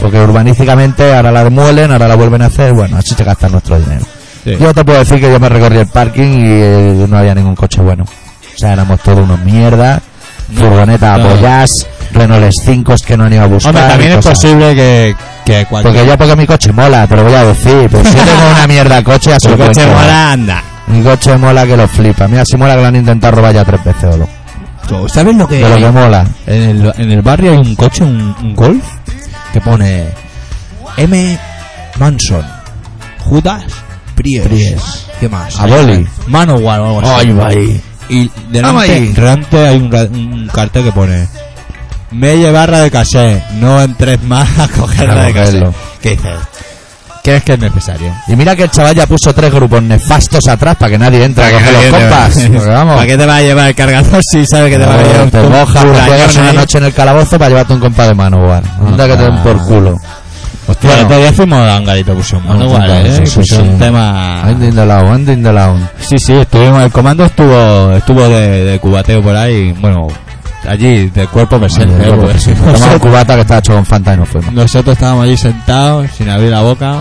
A: porque urbanísticamente ahora la demuelen, ahora la vuelven a hacer, bueno, así se gasta nuestro dinero.
B: Sí.
A: Yo te puedo decir que yo me recorrí el parking y eh, no había ningún coche bueno. O sea, éramos todos unos mierdas, furgonetas
B: no.
A: apoyadas, Renault 5 que no han ido a buscar.
B: Hombre, también
A: y
B: es
A: cosas.
B: posible que, que cualquier
A: Porque yo porque mi coche mola, pero voy a decir, pues
B: [LAUGHS]
A: si yo tengo una mierda de coche, ya se
B: tu
A: lo ¿eh? pueden
B: coche
A: llevar.
B: mola, anda.
A: Mi coche mola que lo flipa. Mira, si mola que lo han intentado robar ya tres veces o lo.
B: Tú, ¿Sabes lo que
A: De lo que mola.
B: en el, en el barrio hay un coche, un, un Golf, que pone M. Manson, Judas, Priest
A: Priest.
B: ¿Qué más?
A: Aboli.
B: Manowar o algo así.
A: va ahí.
B: Y
A: Vamos
B: delante,
A: ahí.
B: delante hay un, ra- un cartel que pone Melle barra de casé, no entres más a coger
A: A
B: la de casé.
A: cogerlo.
B: ¿Qué dices? ¿Crees que es necesario?
A: Y mira que el chaval ya puso tres grupos nefastos atrás para que nadie entre a coger los compas.
B: [LAUGHS]
A: Porque vamos.
B: ¿Para qué te vas a llevar el cargador si sabes que te va a llevar
A: eh,
B: un
A: Te
B: un
A: mojas,
B: cañón
A: juegas una
B: ahí?
A: noche en el calabozo para llevarte un compa de Manowar.
B: Ah,
A: Anda que te den por culo.
B: Hostia,
A: Bueno.
B: el otro día fuimos a Angarito Pusieron
A: Ah,
B: Manowar,
A: claro,
B: ¿eh?
A: sí, sí,
B: Pusieron
A: sí.
B: un tema...
A: Ando in the lawn, ando in the lawn.
B: Sí, sí, estuvimos, el comando estuvo estuvo de, de cubateo por ahí, bueno, allí, de cuerpo presente. ¿eh? Porque si [LAUGHS] no
A: Toma pues, un
B: nosotros,
A: cubata que está hecho con Fanta y nos fuimos.
B: nosotros estábamos allí sentados, sin abrir la boca,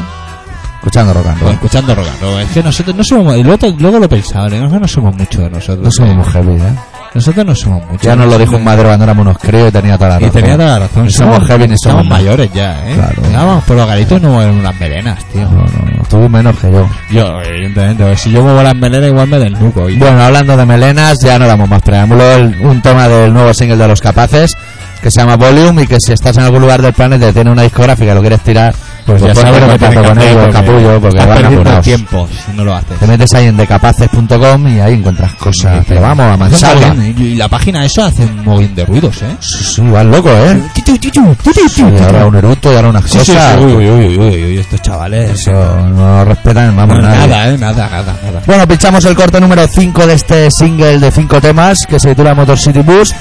A: Escuchando eh. rock and
B: o
A: roll.
B: escuchando rock and roll. Es que nosotros no somos, y luego, luego lo pensaba, ¿eh? nosotros no somos mucho de nosotros.
A: No somos
B: ¿eh?
A: mujeres, ¿eh?
B: Nosotros no somos mucho.
A: Ya nos lo dijo un madre cuando éramos unos críos y tenía toda la
B: Y
A: razón.
B: tenía toda la razón.
A: Ni somos heavy, ni
B: ni somos
A: somos nada.
B: mayores ya, ¿eh?
A: Claro.
B: Vamos por los garitos no en unas melenas, tío.
A: No, no, no, tú menos que yo.
B: Yo, evidentemente, porque si yo muevo las melenas igual me desnuco. Y
A: Bueno, hablando de melenas, ya no damos más preámbulo. El- un tema del nuevo single de Los Capaces, que se llama Volume y que si estás en algún lugar del planeta y tiene una discográfica y lo quieres tirar, Pues
B: ya
A: ponte
B: sabes lo
A: en
B: que
A: contacto
B: tienes que
A: con
B: hacer,
A: ellos,
B: porque
A: capullo, porque
B: estás
A: van
B: perdiendo
A: apurados.
B: tiempo si no lo haces.
A: Te metes ahí en decapaces.com y ahí encuentras cosas. Pero vamos, a
B: Está
A: mansalva.
B: bien, Y y la página esa hace un mogollón de ruidos, ¿eh?
A: Sí, sí, vas loco, ¿eh? Y ahora un eruto y ahora unas
B: Sí, sí, sí,
A: cosas.
B: uy, uy, uy, uy, uy, estos chavales.
A: Eso, no respetan, vamos, nadie.
B: Nada, ¿eh? Nada, nada, nada.
A: Bueno, pinchamos el corte número 5 de este single de 5 temas que se titula Motor City Bus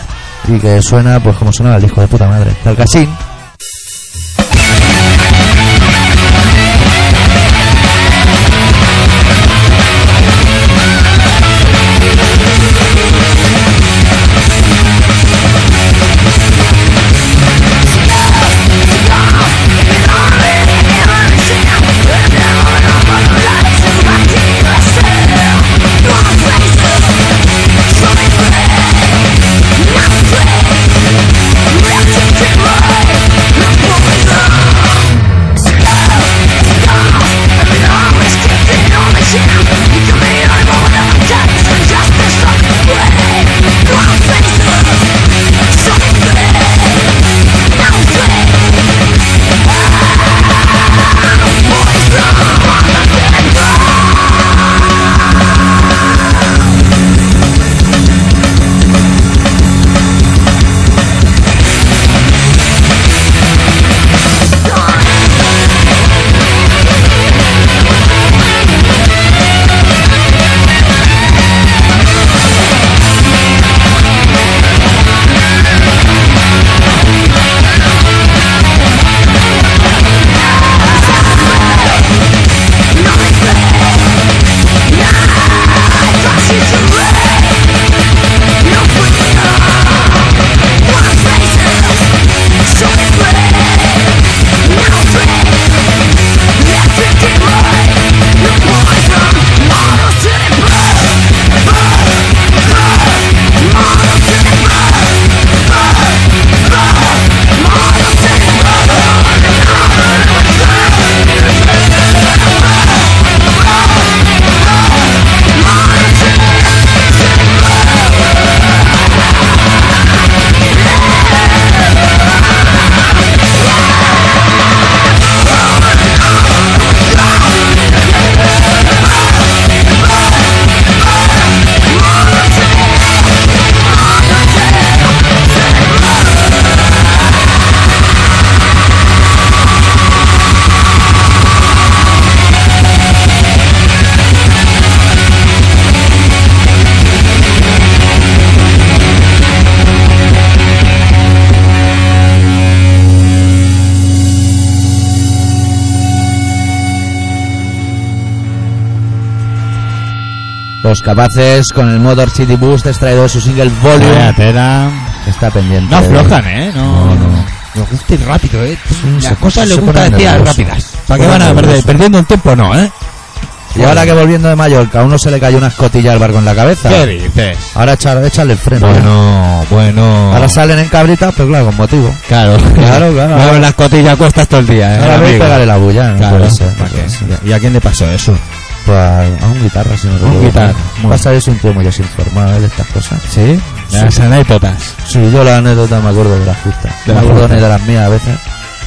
A: y que suena pues como suena el disco de puta madre. Del Casín. Los capaces con el Motor City Bus extraído de su single Volume que está pendiente.
B: No aflojan, ¿eh? No,
A: No, no.
B: no. Les gusta ir rápido, ¿eh? Las
A: se-
B: cosas
A: se
B: les gusta
A: ponen
B: decir
A: nerviosos.
B: rápidas.
A: Se
B: ¿Para qué
A: ponen
B: van a perder?
A: nerviosos.
B: Perdiendo el tiempo no, ¿eh?
A: Y ahora que volviendo de Mallorca a uno se le cayó una escotilla al barco en la cabeza.
B: ¿Qué dices?
A: Ahora echa- échale el freno. ¿eh?
B: Bueno, bueno.
A: Ahora salen en cabritas, pero claro, con motivo.
B: Claro,
A: Claro, claro.
B: Luego las cotillas cuestas todo el día, ¿eh?
A: Ahora voy a
B: amigo?
A: pegarle la bulla, no
B: Claro,
A: puede ser, no
B: ¿para
A: puede
B: qué?
A: ser.
B: ¿Y a quién le pasó eso?
A: Pues a un guitarra, si no
B: un
A: recuerdo
B: guitarra,
A: mal.
B: muy
A: Pasa que soy un tío muy desinformado ¿eh? de estas cosas.
B: ¿Sí? Las anécdotas.
A: Sí, yo la anécdota me acuerdo de las justas.
B: De
A: me
B: las
A: acuerdo
B: justas.
A: ni de las mías a veces.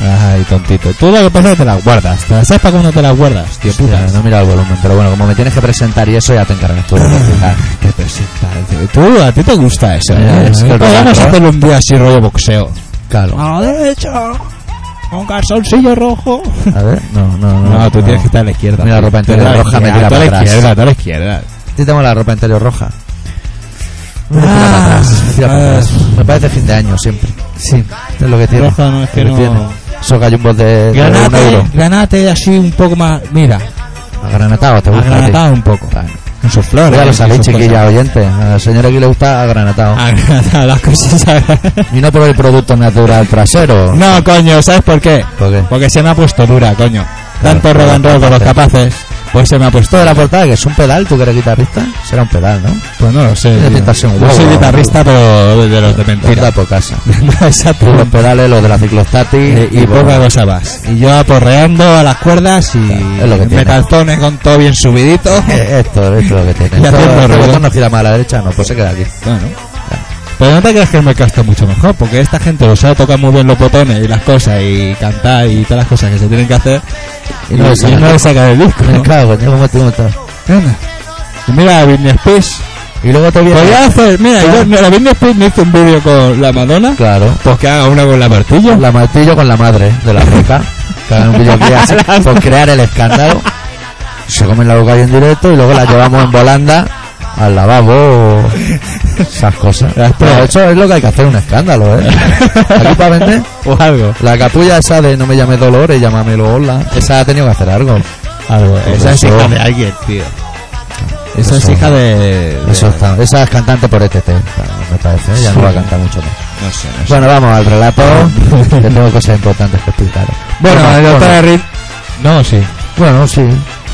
B: Ay, tontito. Tú lo que pasa es que te las guardas. ¿Te las sabes para cuándo te las guardas, tío puta?
A: Hostia, no mira el volumen, pero bueno, como me tienes que presentar y eso, ya te encargas
B: [LAUGHS]
A: tú. de presentar.
B: Te presenta. Tú, a ti te gusta eso,
A: Eh,
B: ¿eh?
A: es que el
B: Podríamos
A: rodaje,
B: hacerle un día así rollo boxeo.
A: Claro.
B: A la derecha. Un calzoncillo rojo.
A: A ver, no, no, no.
B: [LAUGHS] No, tú tienes que estar a la izquierda.
A: Mira,
B: tío.
A: ropa
B: Tú a
A: interior
B: la
A: roja me tira
B: izquierda, tú a
A: para
B: la
A: atrás.
B: izquierda, tú a la izquierda.
A: Yo tengo la ropa interior roja. Me tira
B: Ah,
A: para atrás, me tira para
B: ah.
A: atrás. Me parece fin de año siempre. Sí, es lo que tiene.
B: Roja no, es que
A: Lo
B: no-
A: tiene. Eso que hay un bot de, de un
B: Granate,
A: euro.
B: granate así un poco más. Mira,
A: Agranatado, te gusta. a ti?
B: agranatado un poco.
A: Vale.
B: Un suflor.
A: Ya
B: ¿eh?
A: lo sabéis,
B: Sus cosas. Ah.
A: chiquilla oyente. Al señor aquí le gusta agranatado.
B: [LAUGHS] Agranatado, las cosas agra-
A: Y no por el producto
B: [LAUGHS]
A: natural trasero.
B: No, coño, ¿sabes por qué?
A: ¿Por qué?
B: Porque se me ha puesto dura, coño. Tanto
A: claro,
B: rock and roll con los capaces, pues se me ha
A: Esto
B: puesto
A: de
B: dura.
A: la portada, que es un pedal, ¿tú que eres guitarrista? Será un pedal, ¿no?
B: Pues no lo sé.
A: Tiene
B: tío.
A: pinta de ser un
B: No
A: huevo,
B: soy
A: ¿no?
B: guitarrista, pero de los de
A: Portada
B: mentira.
A: por casa. [LAUGHS]
B: No, exacto.
A: Los pedales, los de la
B: Y,
A: ciclostati
B: Eh, y
A: bueno,
B: poca cosa más. Y yo aporreando a las cuerdas y
A: es lo que tiene.
B: me calzones con todo bien
A: [LAUGHS]
B: subidito.
A: eh, [LAUGHS] Esto, esto es lo que tiene.
B: Y
A: Esto,
B: haciendo
A: este
B: ruido.
A: botón no gira más a la derecha, no, pues se queda aquí.
B: Bueno, Pero no te creas que el mercado está mucho mejor, porque esta gente lo sabe tocar muy bien los botones y las cosas y cantar y todas las cosas que se tienen que hacer. Y
A: Y no
B: no,
A: lo
B: y
A: sacan.
B: no le sacan el disco. ¿no?
A: Claro, coño, cómo tengo todo.
B: Anda. Y mira a Britney Spears.
A: Y luego te viene.
B: Podría hacer, mira,
A: Claro.
B: yo, la Britney Spears me hizo un vídeo con la Madonna.
A: Claro.
B: Pues que haga una con la martillo.
A: La martillo con la madre de la roca. Que hagan un
B: [LAUGHS]
A: videoclip así por crear el escándalo. Se comen la boca ahí en directo y luego la llevamos en volanda al lavabo o esas cosas. Pero eso es lo que hay que hacer, un escándalo, ¿eh? Aquí para vender.
B: o algo.
A: La capulla esa de no me llames Dolores, llámamelo Hola. Esa ha tenido que hacer algo. Pues
B: Algo. Esa es
A: eso.
B: hija de alguien, tío. Pues Esa es
A: Eso.
B: hija de. de-
A: Eso está. Esa es cantante por ETT, me parece. ¿eh? Ya no va a cantar mucho más.
B: No sé, no sé.
A: Bueno, vamos al
B: [LAUGHS]
A: relato. que tengo cosas importantes que explicar.
B: Bueno, el
A: bueno,
B: doctor Reed. No, sí.
A: bueno, sí.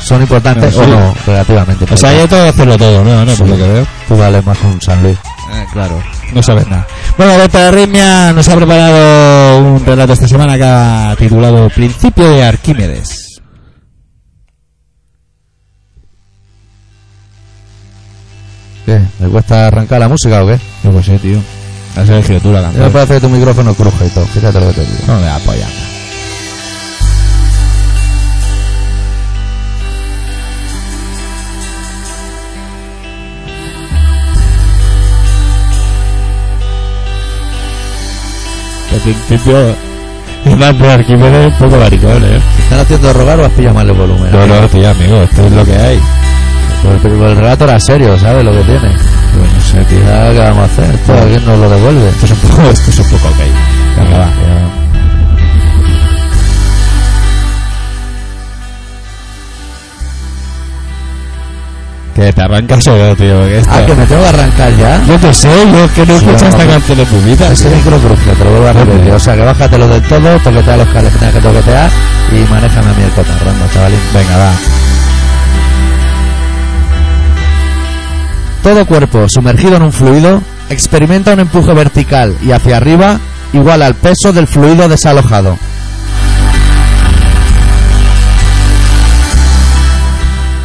A: Son importantes
B: No,
A: o
B: sí. Pues
A: no, relativamente.
B: O sea, yo tengo que hacerlo todo, ¿no? No, por lo que veo. Ah,
A: Tú vales más con San Luis.
B: claro. No sabes nada. Bueno, doctor Arritmia nos ha preparado un relato esta semana que ha titulado Principio de Arquímedes.
A: ¿Qué? ¿Me cuesta arrancar la música o qué?
B: No pues sé, tío. Has elegido tú la
A: Ya me parece que tu micrófono cruje y todo. Fíjate lo que te digo.
B: No me apoya. Al principio, es más de Arquímedes un poco maricón, ¿eh?
A: ¿Te ¿Están haciendo rogar o has pillado mal el volumen?
B: No, no, tío, amigo, esto es lo que hay.
A: Pero, pero el relato era serio, ¿sabes? Lo que tiene.
B: Pues no sé, tío.
A: Ya, ¿Qué vamos a hacer? Esto alguien nos lo devuelve. Ah,
B: Esto es un poco, [LAUGHS] esto es un poco ok. Venga, va. Que te arrancas yo, tío, porque esto...
A: Ah, que me tengo que arrancar ya.
B: Yo te sé, yo es que no he
A: Sí,
B: escuchado esta
A: vamos.
B: canción de mi vida.
A: Ese micro cruje, te lo vuelvo a repetir. O sea, que bájatelo del todo, toquetea los cables que tengas que toquetear y manéjame a mí el cotarrando, chavalín.
B: Venga, va.
A: Todo cuerpo sumergido en un fluido experimenta un empuje vertical y hacia arriba igual al peso del fluido desalojado.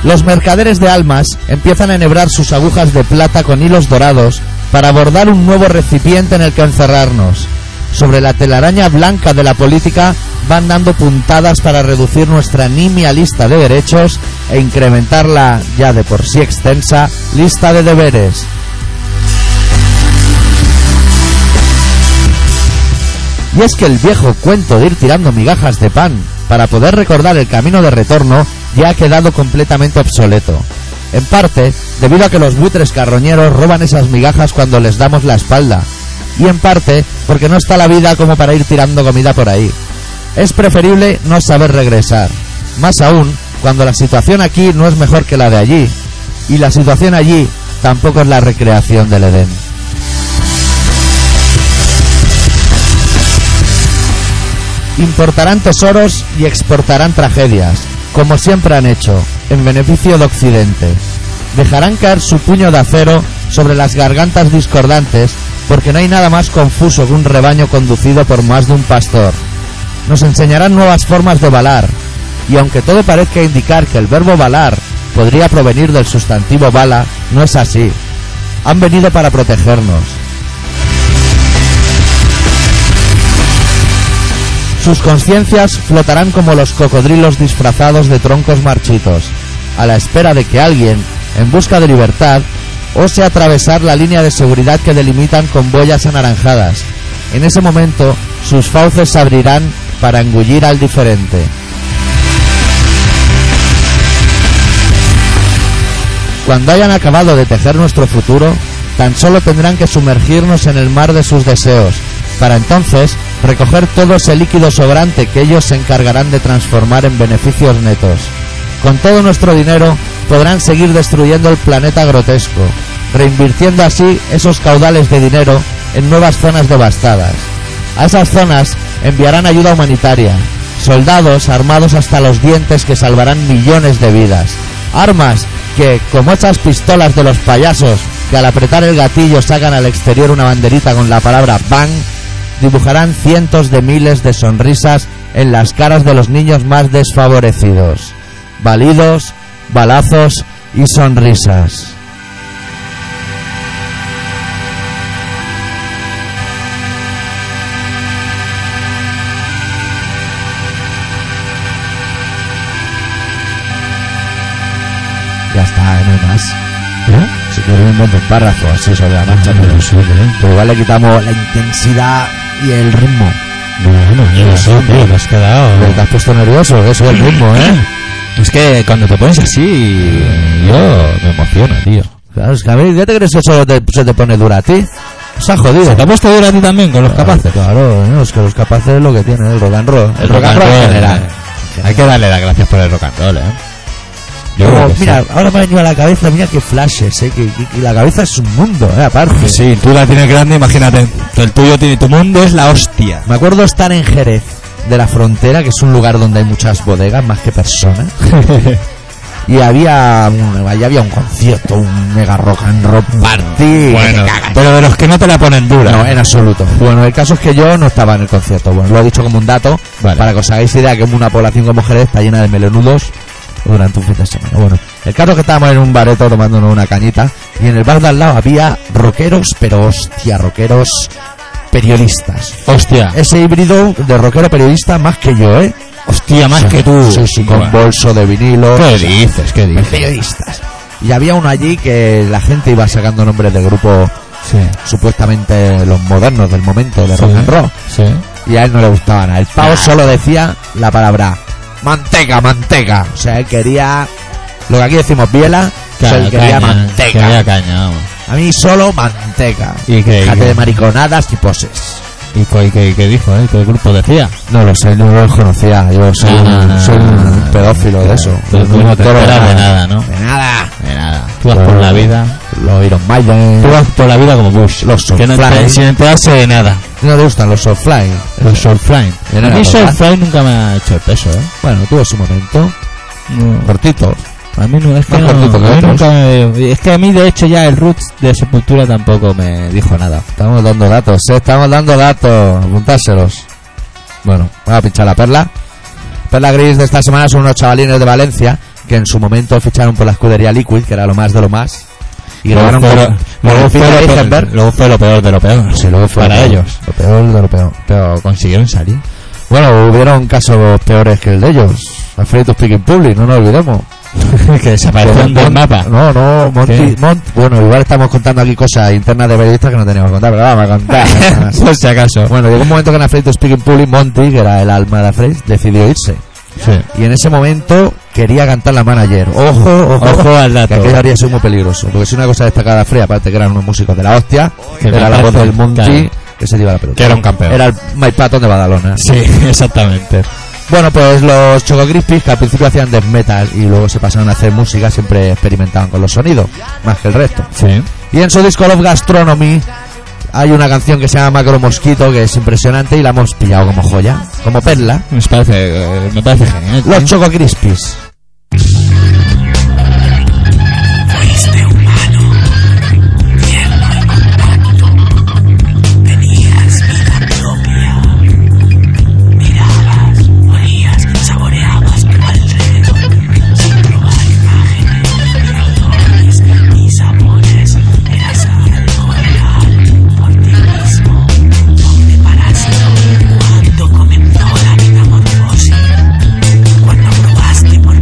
A: Los mercaderes de almas empiezan a enhebrar sus agujas de plata con hilos dorados para abordar un nuevo recipiente en el que encerrarnos. Sobre la telaraña blanca de la política van dando puntadas para reducir nuestra nimia lista de derechos e incrementar la, ya de por sí extensa, lista de deberes. Y es que el viejo cuento de ir tirando migajas de pan para poder recordar el camino de retorno ya ha quedado completamente obsoleto. En parte, debido a que los buitres carroñeros roban esas migajas cuando les damos la espalda. Y en parte, porque no está la vida como para ir tirando comida por ahí. Es preferible no saber regresar. Más aún, cuando la situación aquí no es mejor que la de allí. Y la situación allí tampoco es la recreación del Edén. Importarán tesoros y exportarán tragedias, como siempre han hecho, en beneficio de Occidente. Dejarán caer su puño de acero sobre las gargantas discordantes, porque no hay nada más confuso que un rebaño conducido por más de un pastor. Nos enseñarán nuevas formas de balar, y aunque todo parezca indicar que el verbo balar podría provenir del sustantivo bala, no es así. Han venido para protegernos. Sus conciencias flotarán como los cocodrilos disfrazados de troncos marchitos, a la espera de que alguien, en busca de libertad, ose atravesar la línea de seguridad que delimitan con boyas anaranjadas. En ese momento, sus fauces se abrirán para engullir al diferente. Cuando hayan acabado de tejer nuestro futuro, tan solo tendrán que sumergirnos en el mar de sus deseos, para entonces recoger todo ese líquido sobrante que ellos se encargarán de transformar en beneficios netos. Con todo nuestro dinero podrán seguir destruyendo el planeta grotesco, reinvirtiendo así esos caudales de dinero en nuevas zonas devastadas. A esas zonas enviarán ayuda humanitaria, soldados armados hasta los dientes que salvarán millones de vidas, armas que, como esas pistolas de los payasos que al apretar el gatillo sacan al exterior una banderita con la palabra bang, dibujarán cientos de miles de sonrisas en las caras de los niños más desfavorecidos, balidos, balazos y sonrisas. Ya está, ¿eh? no hay más. ¿Eh? Si quieres un buen párrafo así sobre la marcha, pero,
B: sí, ¿eh?
A: pero igual le quitamos la intensidad y el ritmo.
B: Bueno, yo no sé, tío, te has quedado.
A: Pero te has puesto nervioso, que eso es el ritmo, ¿eh?
B: Es que cuando te pones así, yo me emociona, tío.
A: Claro, es que a mí, ¿qué te crees que solo te- se te pone dura a ti? Se ha jodido.
B: ¿Te has puesto duro a ti también con los capaces?
A: Claro, ¿no? es que los capaces es lo que tienen el rock and roll.
B: El rock and roll en general.
A: Sí.
B: Hay que darle las gracias por el rock and roll, ¿eh? Yo creo
A: Pero,
B: que sí.
A: mira, ahora me ha venido a la cabeza, mira qué flashes, ¿eh? que, que- que la cabeza es un mundo, ¿eh? aparte.
B: Sí, tú la tienes grande, imagínate. El tuyo tiene, tu mundo es la [LAUGHS] hostia.
A: Me acuerdo estar en Jerez de la Frontera, que es un lugar donde hay muchas bodegas más que personas. Y había un, allí había un concierto, un mega rock and roll party.
B: bueno, pero de los que no te la ponen dura.
A: No, en absoluto. Bueno, el caso es que yo no estaba en el concierto. Bueno, lo he dicho como un dato
B: Vale.
A: para que os hagáis idea que una población como Jerez está llena de melenudos durante un fin de semana. Bueno, el caso es que estábamos en un bareto tomándonos una cañita y en el bar de al lado había rockeros, pero hostia, rockeros periodistas.
B: hostia.
A: Ese híbrido de rockero periodista más que yo, ¿eh?
B: Hostia, más
A: Sí,
B: que tú.
A: Sí, sí, con
B: Bueno.
A: bolso de vinilo.
B: ¿Qué dices? ¿Qué dices?
A: Periodistas. Y había uno allí que la gente iba sacando nombres de grupo
B: Sí.
A: supuestamente los modernos del momento de rock and roll
B: Sí.
A: y a él no le gustaban. El pavo solo decía la palabra manteca, manteca. O sea, él quería lo que aquí decimos biela, o sea, él quería manteca.
B: Quería caña, vamos.
A: A mí solo manteca.
B: ¿Y qué-
A: Déjate
B: qué?
A: de mariconadas y poses.
B: ¿Y qué, qué- qué dijo, eh? ¿Qué grupo decía?
A: No lo sé, no los conocía. Yo soy,
B: Ah, no, no,
A: soy
B: no, no,
A: un
B: no,
A: pedófilo de eso.
B: Tú, tú no te
A: entero
B: enteras de nada, ¿no?
A: De nada.
B: De nada. Tú vas por la vida.
A: Los Iron Maiden.
B: Tú vas por la vida como Bush.
A: Los
B: que no
A: Soulfly.
B: te, si no te hace de nada.
A: No te gustan los Soulfly.
B: Los Soulfly.
A: Yo no
B: A
A: era
B: mí
A: capaz.
B: Soulfly nunca me ha hecho el peso, eh.
A: Bueno, tuvo su momento. Cortito.
B: A mí no, es que
A: Más
B: no,
A: cortito que
B: a mí
A: otros.
B: nunca me- es que a mí de hecho ya el Roots de Sepultura tampoco me dijo nada.
A: Estamos dando datos, eh, estamos dando datos. Apuntárselos. Bueno, voy a pinchar la perla. Perla gris de esta semana son unos chavalines de Valencia que en su momento ficharon por la escudería Liquid, que era lo más de lo más. Y grabaron
B: fue
A: con-
B: lo- luego
A: con
B: fue
A: Peter
B: lo peor-
A: Eisenberg.
B: luego fue lo peor de lo peor.
A: Sí, luego fue
B: para
A: lo peor,
B: ellos.
A: Lo peor de lo peor.
B: Pero
A: [LAUGHS]
B: consiguieron salir.
A: Bueno, hubieron casos peores que el de ellos. Afraid to speak in public, no nos olvidemos.
B: que desaparecieron del
A: Mon-
B: mapa.
A: No, no, Monty,
B: ¿Qué?
A: Mont, bueno, igual estamos contando aquí cosas internas de periodistas que no teníamos que contar, pero vamos a contar.
B: [LAUGHS] Por si acaso.
A: Bueno, llegó un momento que en Afraid to Speak in Public, Monty, que era el alma de Afraid, decidió irse.
B: Sí.
A: Y en ese momento quería cantar la manager. Ojo, ojo,
B: Ojo al
A: Que
B: dato.
A: aquello habría sido muy peligroso. Porque si una cosa destacada de Afraid, aparte que eran unos músicos de la hostia,
B: Que
A: era la
B: me
A: voz
B: parece,
A: del Monty,
B: claro.
A: que se te iba la pelota.
B: Que era un campeón.
A: Era el My Patton de Badalona.
B: [LAUGHS] Sí, exactamente.
A: Bueno, pues los Choco Crispies, que al principio hacían death metal y luego se pasaron a hacer música, siempre experimentaban con los sonidos, más que el resto.
B: Sí.
A: Y en su disco Love Gastronomy hay una canción que se llama Macro Mosquito, que es impresionante y la hemos pillado como joya, como perla.
B: Me parece, eh, me parece genial.
A: Los
B: tío.
A: Choco Crispies.
F: Fuiste humano, tierno y compacto. Tenías vida propia. Mirabas, olías, saboreabas tu alrededor. Sin probar imágenes, ni autores, ni sabores. Eras algo real por ti mismo. ¿Dónde paraste? ¿Cuándo comenzó la metamorfosis? Cuando probaste por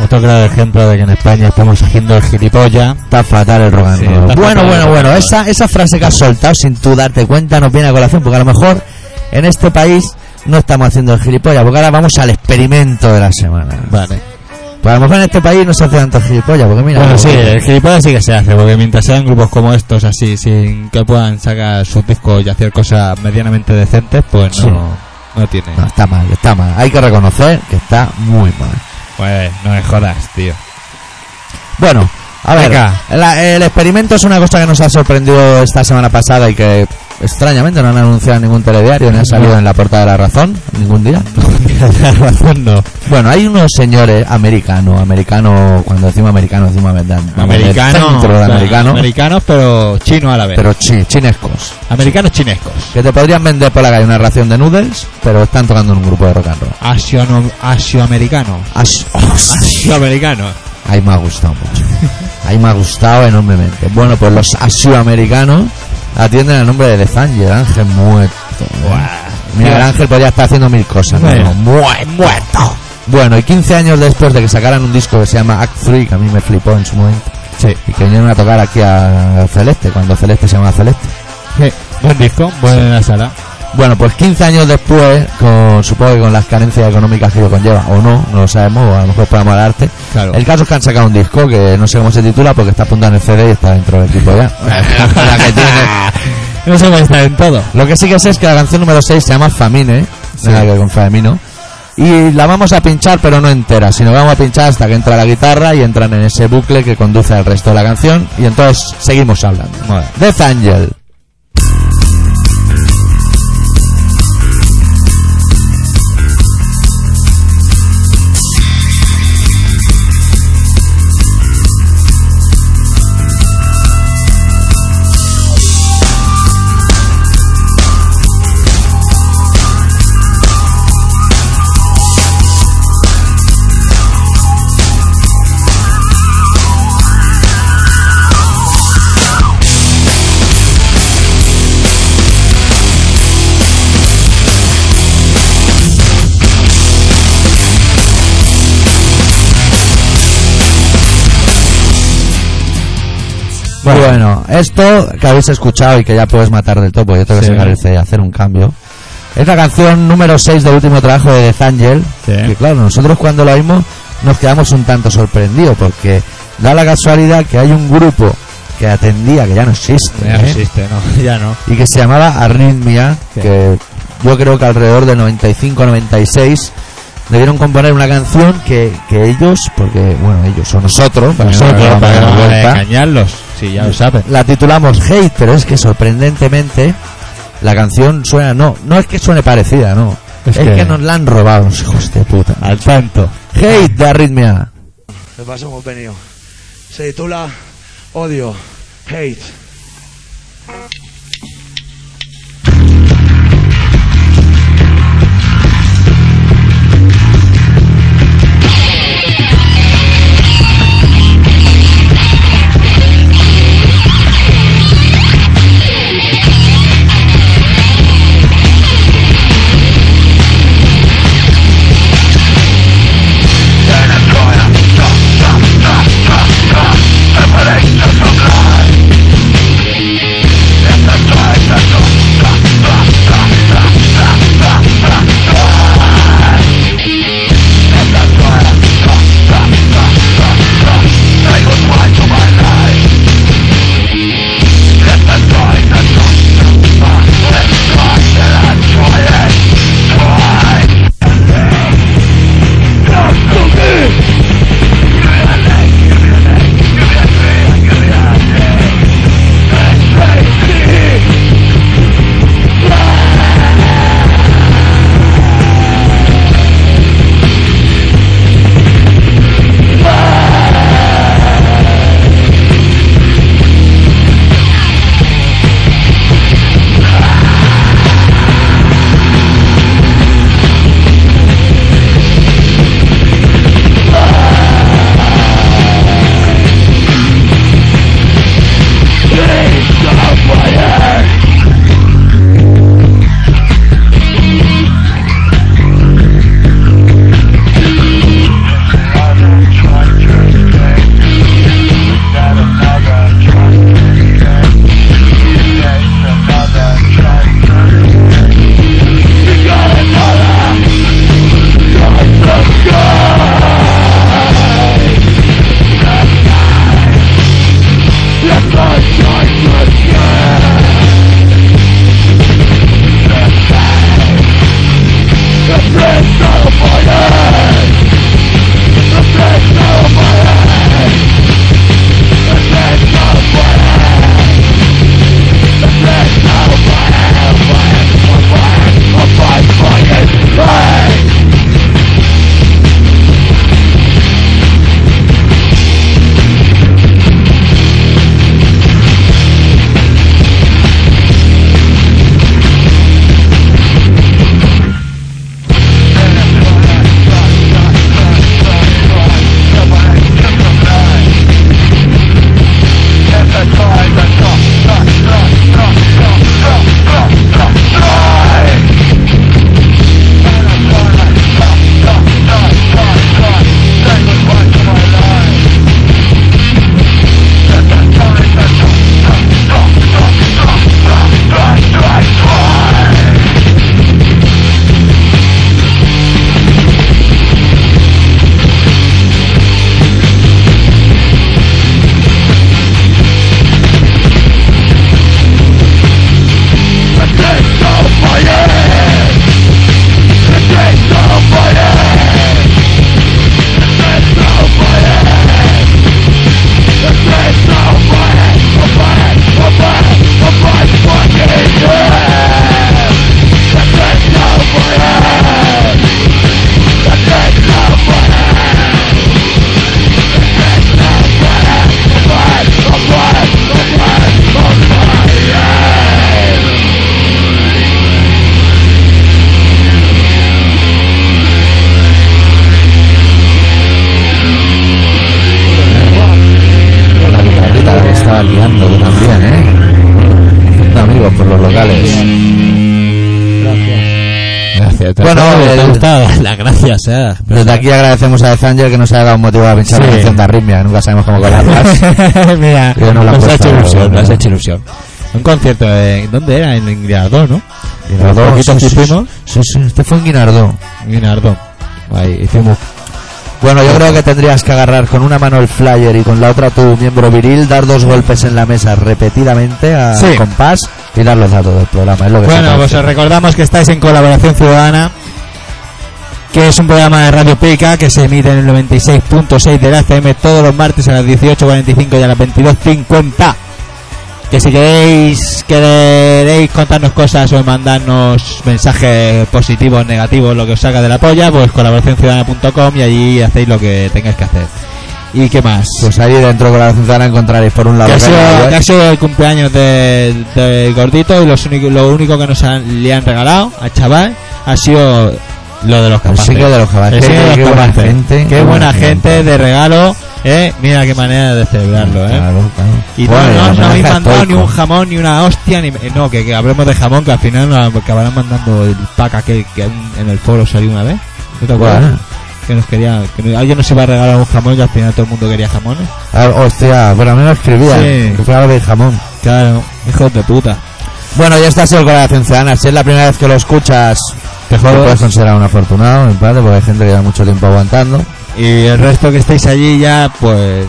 B: Esto crea el ejemplo de que en España estamos haciendo el gilipollas.
A: Está fatal el rock and
B: Sí,
A: roll.
B: está
A: Bueno,
B: fatal el
A: bueno,
B: rock
A: bueno.
B: and roll.
A: Esa, esa frase que has soltado sin tú darte cuenta nos viene a colación, porque a lo mejor en este país no estamos haciendo el gilipollas, porque ahora vamos al experimento de la semana.
B: Vale.
A: Pues a lo mejor en este país no se hace tanto el gilipollas, porque mira.
B: Bueno,
A: lo-
B: sí, el gilipollas sí que se hace, porque mientras sean grupos como estos así, sin que puedan sacar sus discos y hacer cosas medianamente decentes, pues no,
A: Sí.
B: no tiene.
A: No, está mal, está mal. Hay que reconocer que está muy mal.
B: Pues no me jodas, [LAUGHS] tío.
A: Bueno, a ver,
B: Venga.
A: la- el experimento es una cosa que nos ha sorprendido esta semana pasada y que extrañamente no han anunciado en ningún telediario ni ha salido en la portada de la razón ningún día. [LAUGHS]
B: La razón no.
A: Bueno, hay unos señores americanos, americanos, cuando decimos americanos, decimos verdad, vamos, del
B: Americanos,
A: centro de americano,
B: americanos, pero chino a la vez.
A: pero chi- chinescos,
B: Americanos chinescos.
A: que te podrían vender por la calle una ración de noodles, pero están tocando en un grupo de rock and roll.
B: Asiono- Asioamericanos.
A: Ash- oh,
B: Asioamericanos.
A: Ahí me ha gustado mucho. Ahí me ha gustado enormemente. Bueno, pues los asioamericanos atienden al nombre de The Ángel, Ángel muerto. ¿eh? Mira, el ángel podría estar haciendo mil cosas, ¿no?
B: Bueno.
A: Mue- muerto. Bueno, y 15 años después de que sacaran un disco que se llama Act 3, que a mí me flipó en su momento,
B: Sí.
A: y que vinieron a tocar aquí a Celeste, cuando Celeste se llama Celeste.
B: Sí. Buen disco, buena sala.
A: Bueno, pues 15 años después, con, supongo que con las carencias económicas que lo conlleva, o no, no lo sabemos, o a lo mejor podemos darte.
B: Claro.
A: El caso es que han sacado un disco que no sé cómo se titula porque está apuntado en el CD y está dentro del equipo ya. [LAUGHS]
B: [LAUGHS]
A: La que tiene.
B: No se va a estar en todo.
A: Lo que sí que sé es que la canción número 6 se llama Famine, nada que ver con Famino. Y la vamos a pinchar, pero no entera, sino vamos a pinchar hasta que entra la guitarra y entran en ese bucle que conduce al resto de la canción. Y entonces seguimos hablando.
B: Vale.
A: Death Angel. Bueno. esto que habéis escuchado y que ya puedes matar del topo, yo tengo que
B: Sí.
A: sacar el CD, hacer un cambio. Es la canción número 6 del último trabajo de Death Angel.
B: Sí.
A: Que claro, nosotros cuando lo oímos nos quedamos un tanto sorprendidos porque da la casualidad que hay un grupo que atendía, que ya no existe,
B: Ya
A: ¿eh?
B: no existe, no. [LAUGHS] Ya no.
A: y que se llamaba Arritmia,
B: Sí.
A: que yo creo que alrededor del 95-96 debieron componer una canción que, que ellos, porque bueno, ellos o nosotros, para que no
B: Nosotros,
A: hagamos la
B: para no
A: vuelta,
B: engañarlos. Sí, ya lo saben.
A: la titulamos Hate, pero es que sorprendentemente la canción suena, no, no es que suene parecida, no. Es,
B: Es
A: que...
B: que
A: nos la han robado, los hijos de puta.
B: Al tanto.
A: Hate de arritmia.
G: ¿Qué pasa? Hemos venido. Se titula Odio, Hate.
H: If
A: ¿eh?
B: te, te
A: Bueno,
B: te
A: el-
B: gusta dar [LAUGHS] las gracias, ¿eh?
A: Desde aquí agradecemos a Death Angel que nos ha dado un motivo para pinchar
B: Sí.
A: la canción de Arritmia. Nunca sabemos cómo
B: [LAUGHS]
A: colarlas.
B: Mira,
A: Yo no la
B: nos
A: he
B: ha
A: puesto,
B: hecho ilusión,
A: pero
B: nos ha
A: bueno.
B: hecho ilusión. Un concierto, en ¿dónde era? En Guinardó, ¿no?
A: Y los dos,
B: Poquito
A: sí,
B: que
A: sí,
B: fuimos.
A: sí, sí, este fue en Guinardó.
B: Guinardó.
A: Ahí, hicimos. Bueno, yo creo que tendrías que agarrar con una mano el flyer y con la otra tu miembro viril, dar dos golpes en la mesa repetidamente a
B: Sí.
A: compás y dar los datos del programa. Es lo que se
B: Bueno,
A: hace.
B: pues os recordamos que estáis en Colaboración Ciudadana, que es un programa de Radio Pica que se emite en el 96.6 de la FM todos los martes a las 18.45 y a las 22.50. Que si queréis, queréis contarnos cosas o mandarnos mensajes positivos, negativos, lo que os saca de la polla, pues colaboracionciudadana.com y allí hacéis lo que tengáis que hacer. ¿Y qué más?
A: Pues ahí dentro de la ciudadana encontraréis por un lado.
B: Que ha,
A: que
B: sido,
A: hay- ¿eh?
B: que ha sido el cumpleaños del del gordito y los único- lo único que nos han- le han regalado al chaval ha sido lo de los
A: El
B: capaces.
A: single de los
B: El
A: jabalíes.
B: single de los
A: Qué buena
B: capaces.
A: gente.
B: Qué buena gente de regalo. eh. Mira qué manera de celebrarlo. eh.
A: Claro, claro.
B: Y no,
A: Bueno, y
B: no, no
A: homenaje
B: habéis
A: a
B: mandado ni
A: Toico.
B: un jamón, ni una hostia, ni... eh, No, que, que hablemos de jamón, que al final nos acabarán mandando el pack aquel que en en el foro salió una vez. ¿No te acuerdas?
A: Bueno.
B: Que nos quería... Que no- alguien nos iba a regalar un jamón y al final todo el mundo quería jamones.
A: Ah, hostia, bueno, a mí me escribía.
B: Sí.
A: Que fue algo de jamón.
B: Claro, hijos de puta.
A: Bueno, ya está sido el Colaboración Ciudadana. Si es la primera vez que lo escuchas,
B: Te
A: te
B: jodas.
A: puedes considerar un afortunado, mi padre, porque hay gente que lleva mucho tiempo aguantando.
B: Y el resto que estáis allí ya, pues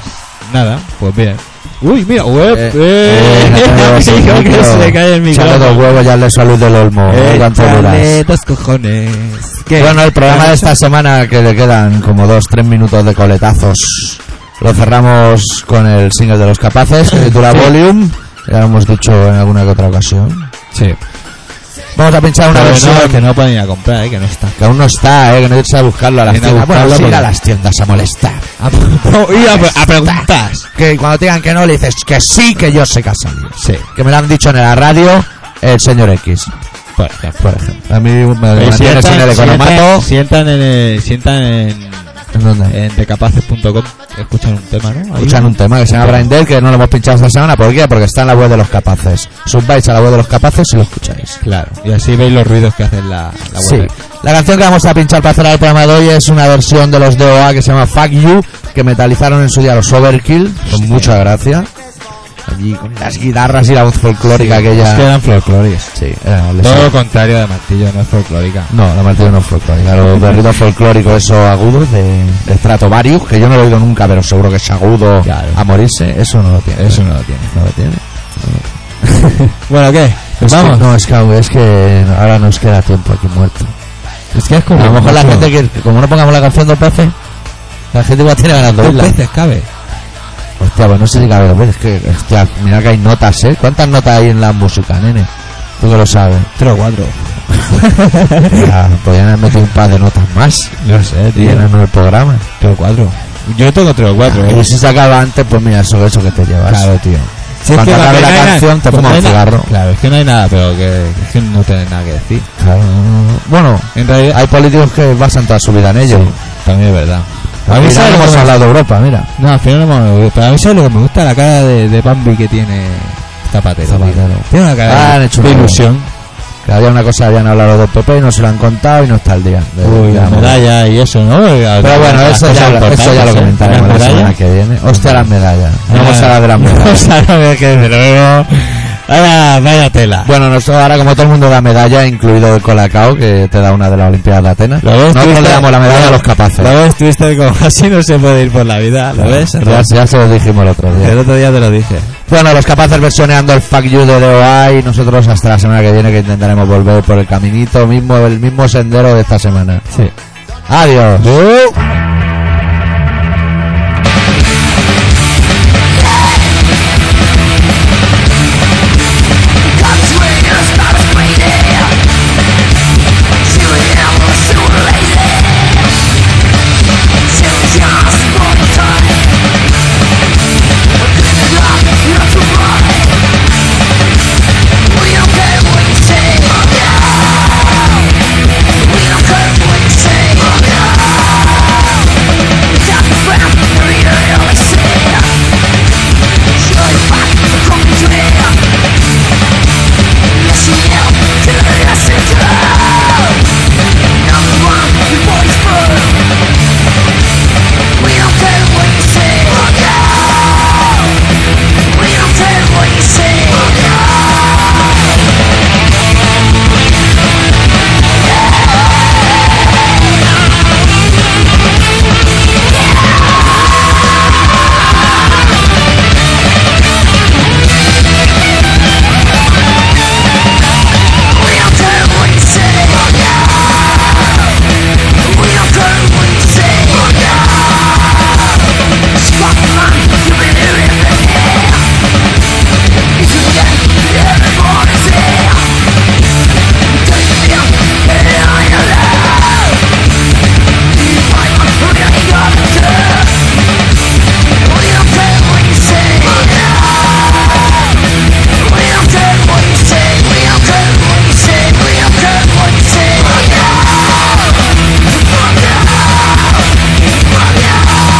B: nada, pues bien. Uy, mira, web.
A: [LAUGHS] Eh,
B: [LAUGHS]
A: eh, no tengo [LAUGHS]
B: sí,
A: otro
B: creo que
A: micro.
B: se le cae el
A: Echale dos
B: micrófono.
A: huevos y hazle salud del olmo.
B: Eh,
A: no cuanto
B: chale,
A: duras.
B: dos cojones. ¿Qué?
A: Bueno, el programa de esta semana que le quedan como dos, tres minutos de coletazos. Lo cerramos con el single de los capaces, que se titula Volume. Ya lo hemos dicho en alguna que otra ocasión.
B: Sí.
A: Vamos a pinchar una
B: Pero
A: versión
B: no, que no pueden ir a comprar, eh, que no está.
A: que aún no está, eh, que no he hecho a buscarlo a las
B: Ven a
A: tiendas. Bueno,
B: buscarlo
A: sí, ir
B: porque-
A: a las tiendas a molestar.
B: Ah, pues, y a, preguntar.
A: Que cuando te digan que no, le dices que sí, que yo sé que ha salido.
B: Sí,
A: Que me lo han dicho en la radio el señor X,
B: por ejemplo.
A: por ejemplo. A mí me mantiene
B: Pues, Si
A: sin el
B: entran- si entran-
A: economato.
B: si entran en, el- si entran en,
A: ¿En dónde?
B: en decapaces.com, escuchan un tema, ¿no? Ahí.
A: Escuchan un tema que se llama Brain Dead, que no lo hemos pinchado esta semana. ¿Por qué? Porque está en la web de los capaces. Subbáis a la web de los capaces y lo escucháis.
B: Claro, y así veis los ruidos que hacen la, la
A: Sí.
B: web.
A: La canción que vamos a pinchar para cerrar el programa de hoy es una versión de los DOA que se llama Fuck You, que metalizaron en su día los Overkill, con mucha gracia. Allí con las guitarras y la voz folclórica
B: Sí,
A: aquella.
B: es que eran folclóricas.
A: Sí, era- les-
B: Todo lo contrario de martillo, no es folclórica.
A: No, la martillo no es folclórica, los berritos folclóricos esos agudos de, de Stratovarius, que yo no lo he oído nunca, pero seguro que es agudo
B: Claro.
A: a morirse, eso no lo tiene.
B: Eso no lo tiene.
A: no lo tiene.
B: Bueno, ¿qué?
A: Es
B: vamos.
A: que- no, es que, es que ahora nos queda tiempo aquí muerto.
B: es que es
A: A
B: como.
A: lo mejor la gente que, como no pongamos la canción dos veces, la gente igual tiene ganas de
B: Dos
A: oírla.
B: veces cabe.
A: Hostia, pues no sé si cabe dos veces, que, hostia, mira que hay notas, ¿eh? ¿Cuántas notas hay en la música, nene? Tú que lo [LAUGHS] sabes.
B: Tres o cuatro.
A: Ya, podrían haber metido un par de notas más
B: [LAUGHS] No sé,
A: y llenarnos el programa.
B: Tres o cuatro. Yo tengo tres o cuatro. ¿eh?
A: Y si se acaba antes, pues mira, eso, eso que te llevas.
B: Claro, tío. Si
A: Cuando
B: cuando
A: acabe
B: no
A: la
B: hay nada-
A: canción, te
B: cuando
A: fumas
B: no
A: un
B: hay nada-
A: cigarro.
B: Claro, es que no hay nada, pero que, es que no tenés nada que decir.
A: Claro. Bueno,
B: En realidad,
A: hay políticos que basan toda su vida en ello.
B: también es verdad.
A: A mí
B: ¿sabes lo
A: hemos
B: que me-
A: hablado de Europa, mira.
B: No, al final no me gusta. Pero a mí, ¿sabes lo que me gusta? La cara de, de Bambi que tiene Zapatero. tío.
A: Zapatero.
B: Tiene una
A: Ah,
B: cara
A: han
B: de,
A: hecho
B: de
A: una-
B: ilusión.
A: Que había una cosa, habían hablado del PP y no se lo han contado y no está al día. De-
B: Uy,
A: de
B: la
A: amor.
B: medalla y eso, ¿no?
A: Pero bueno, eso ya, lo- eso
B: ¿eh?
A: ya lo comentaremos la semana que viene. Hostia, las medallas. Vamos a hablar de las medallas.
B: Vamos a la de que de luego. Ahora, vaya tela.
A: Bueno, nosotros ahora como todo el mundo da medalla, incluido el Colacao, que te da una de las Olimpiadas de Atenas,
B: ¿Lo ves?
A: nosotros
B: Tuviste-
A: le damos la medalla a los capaces.
B: Lo ves, tuviste como [LAUGHS] así no se puede ir por la vida. ¿Lo ves?
A: pues, Ya, ya se lo dijimos el otro día.
B: El otro día te lo dije.
A: Bueno, los capaces versioneando el Fuck You de DOA y nosotros hasta la semana que viene que intentaremos volver por el caminito mismo, el mismo sendero de esta semana.
B: Sí.
A: Adiós.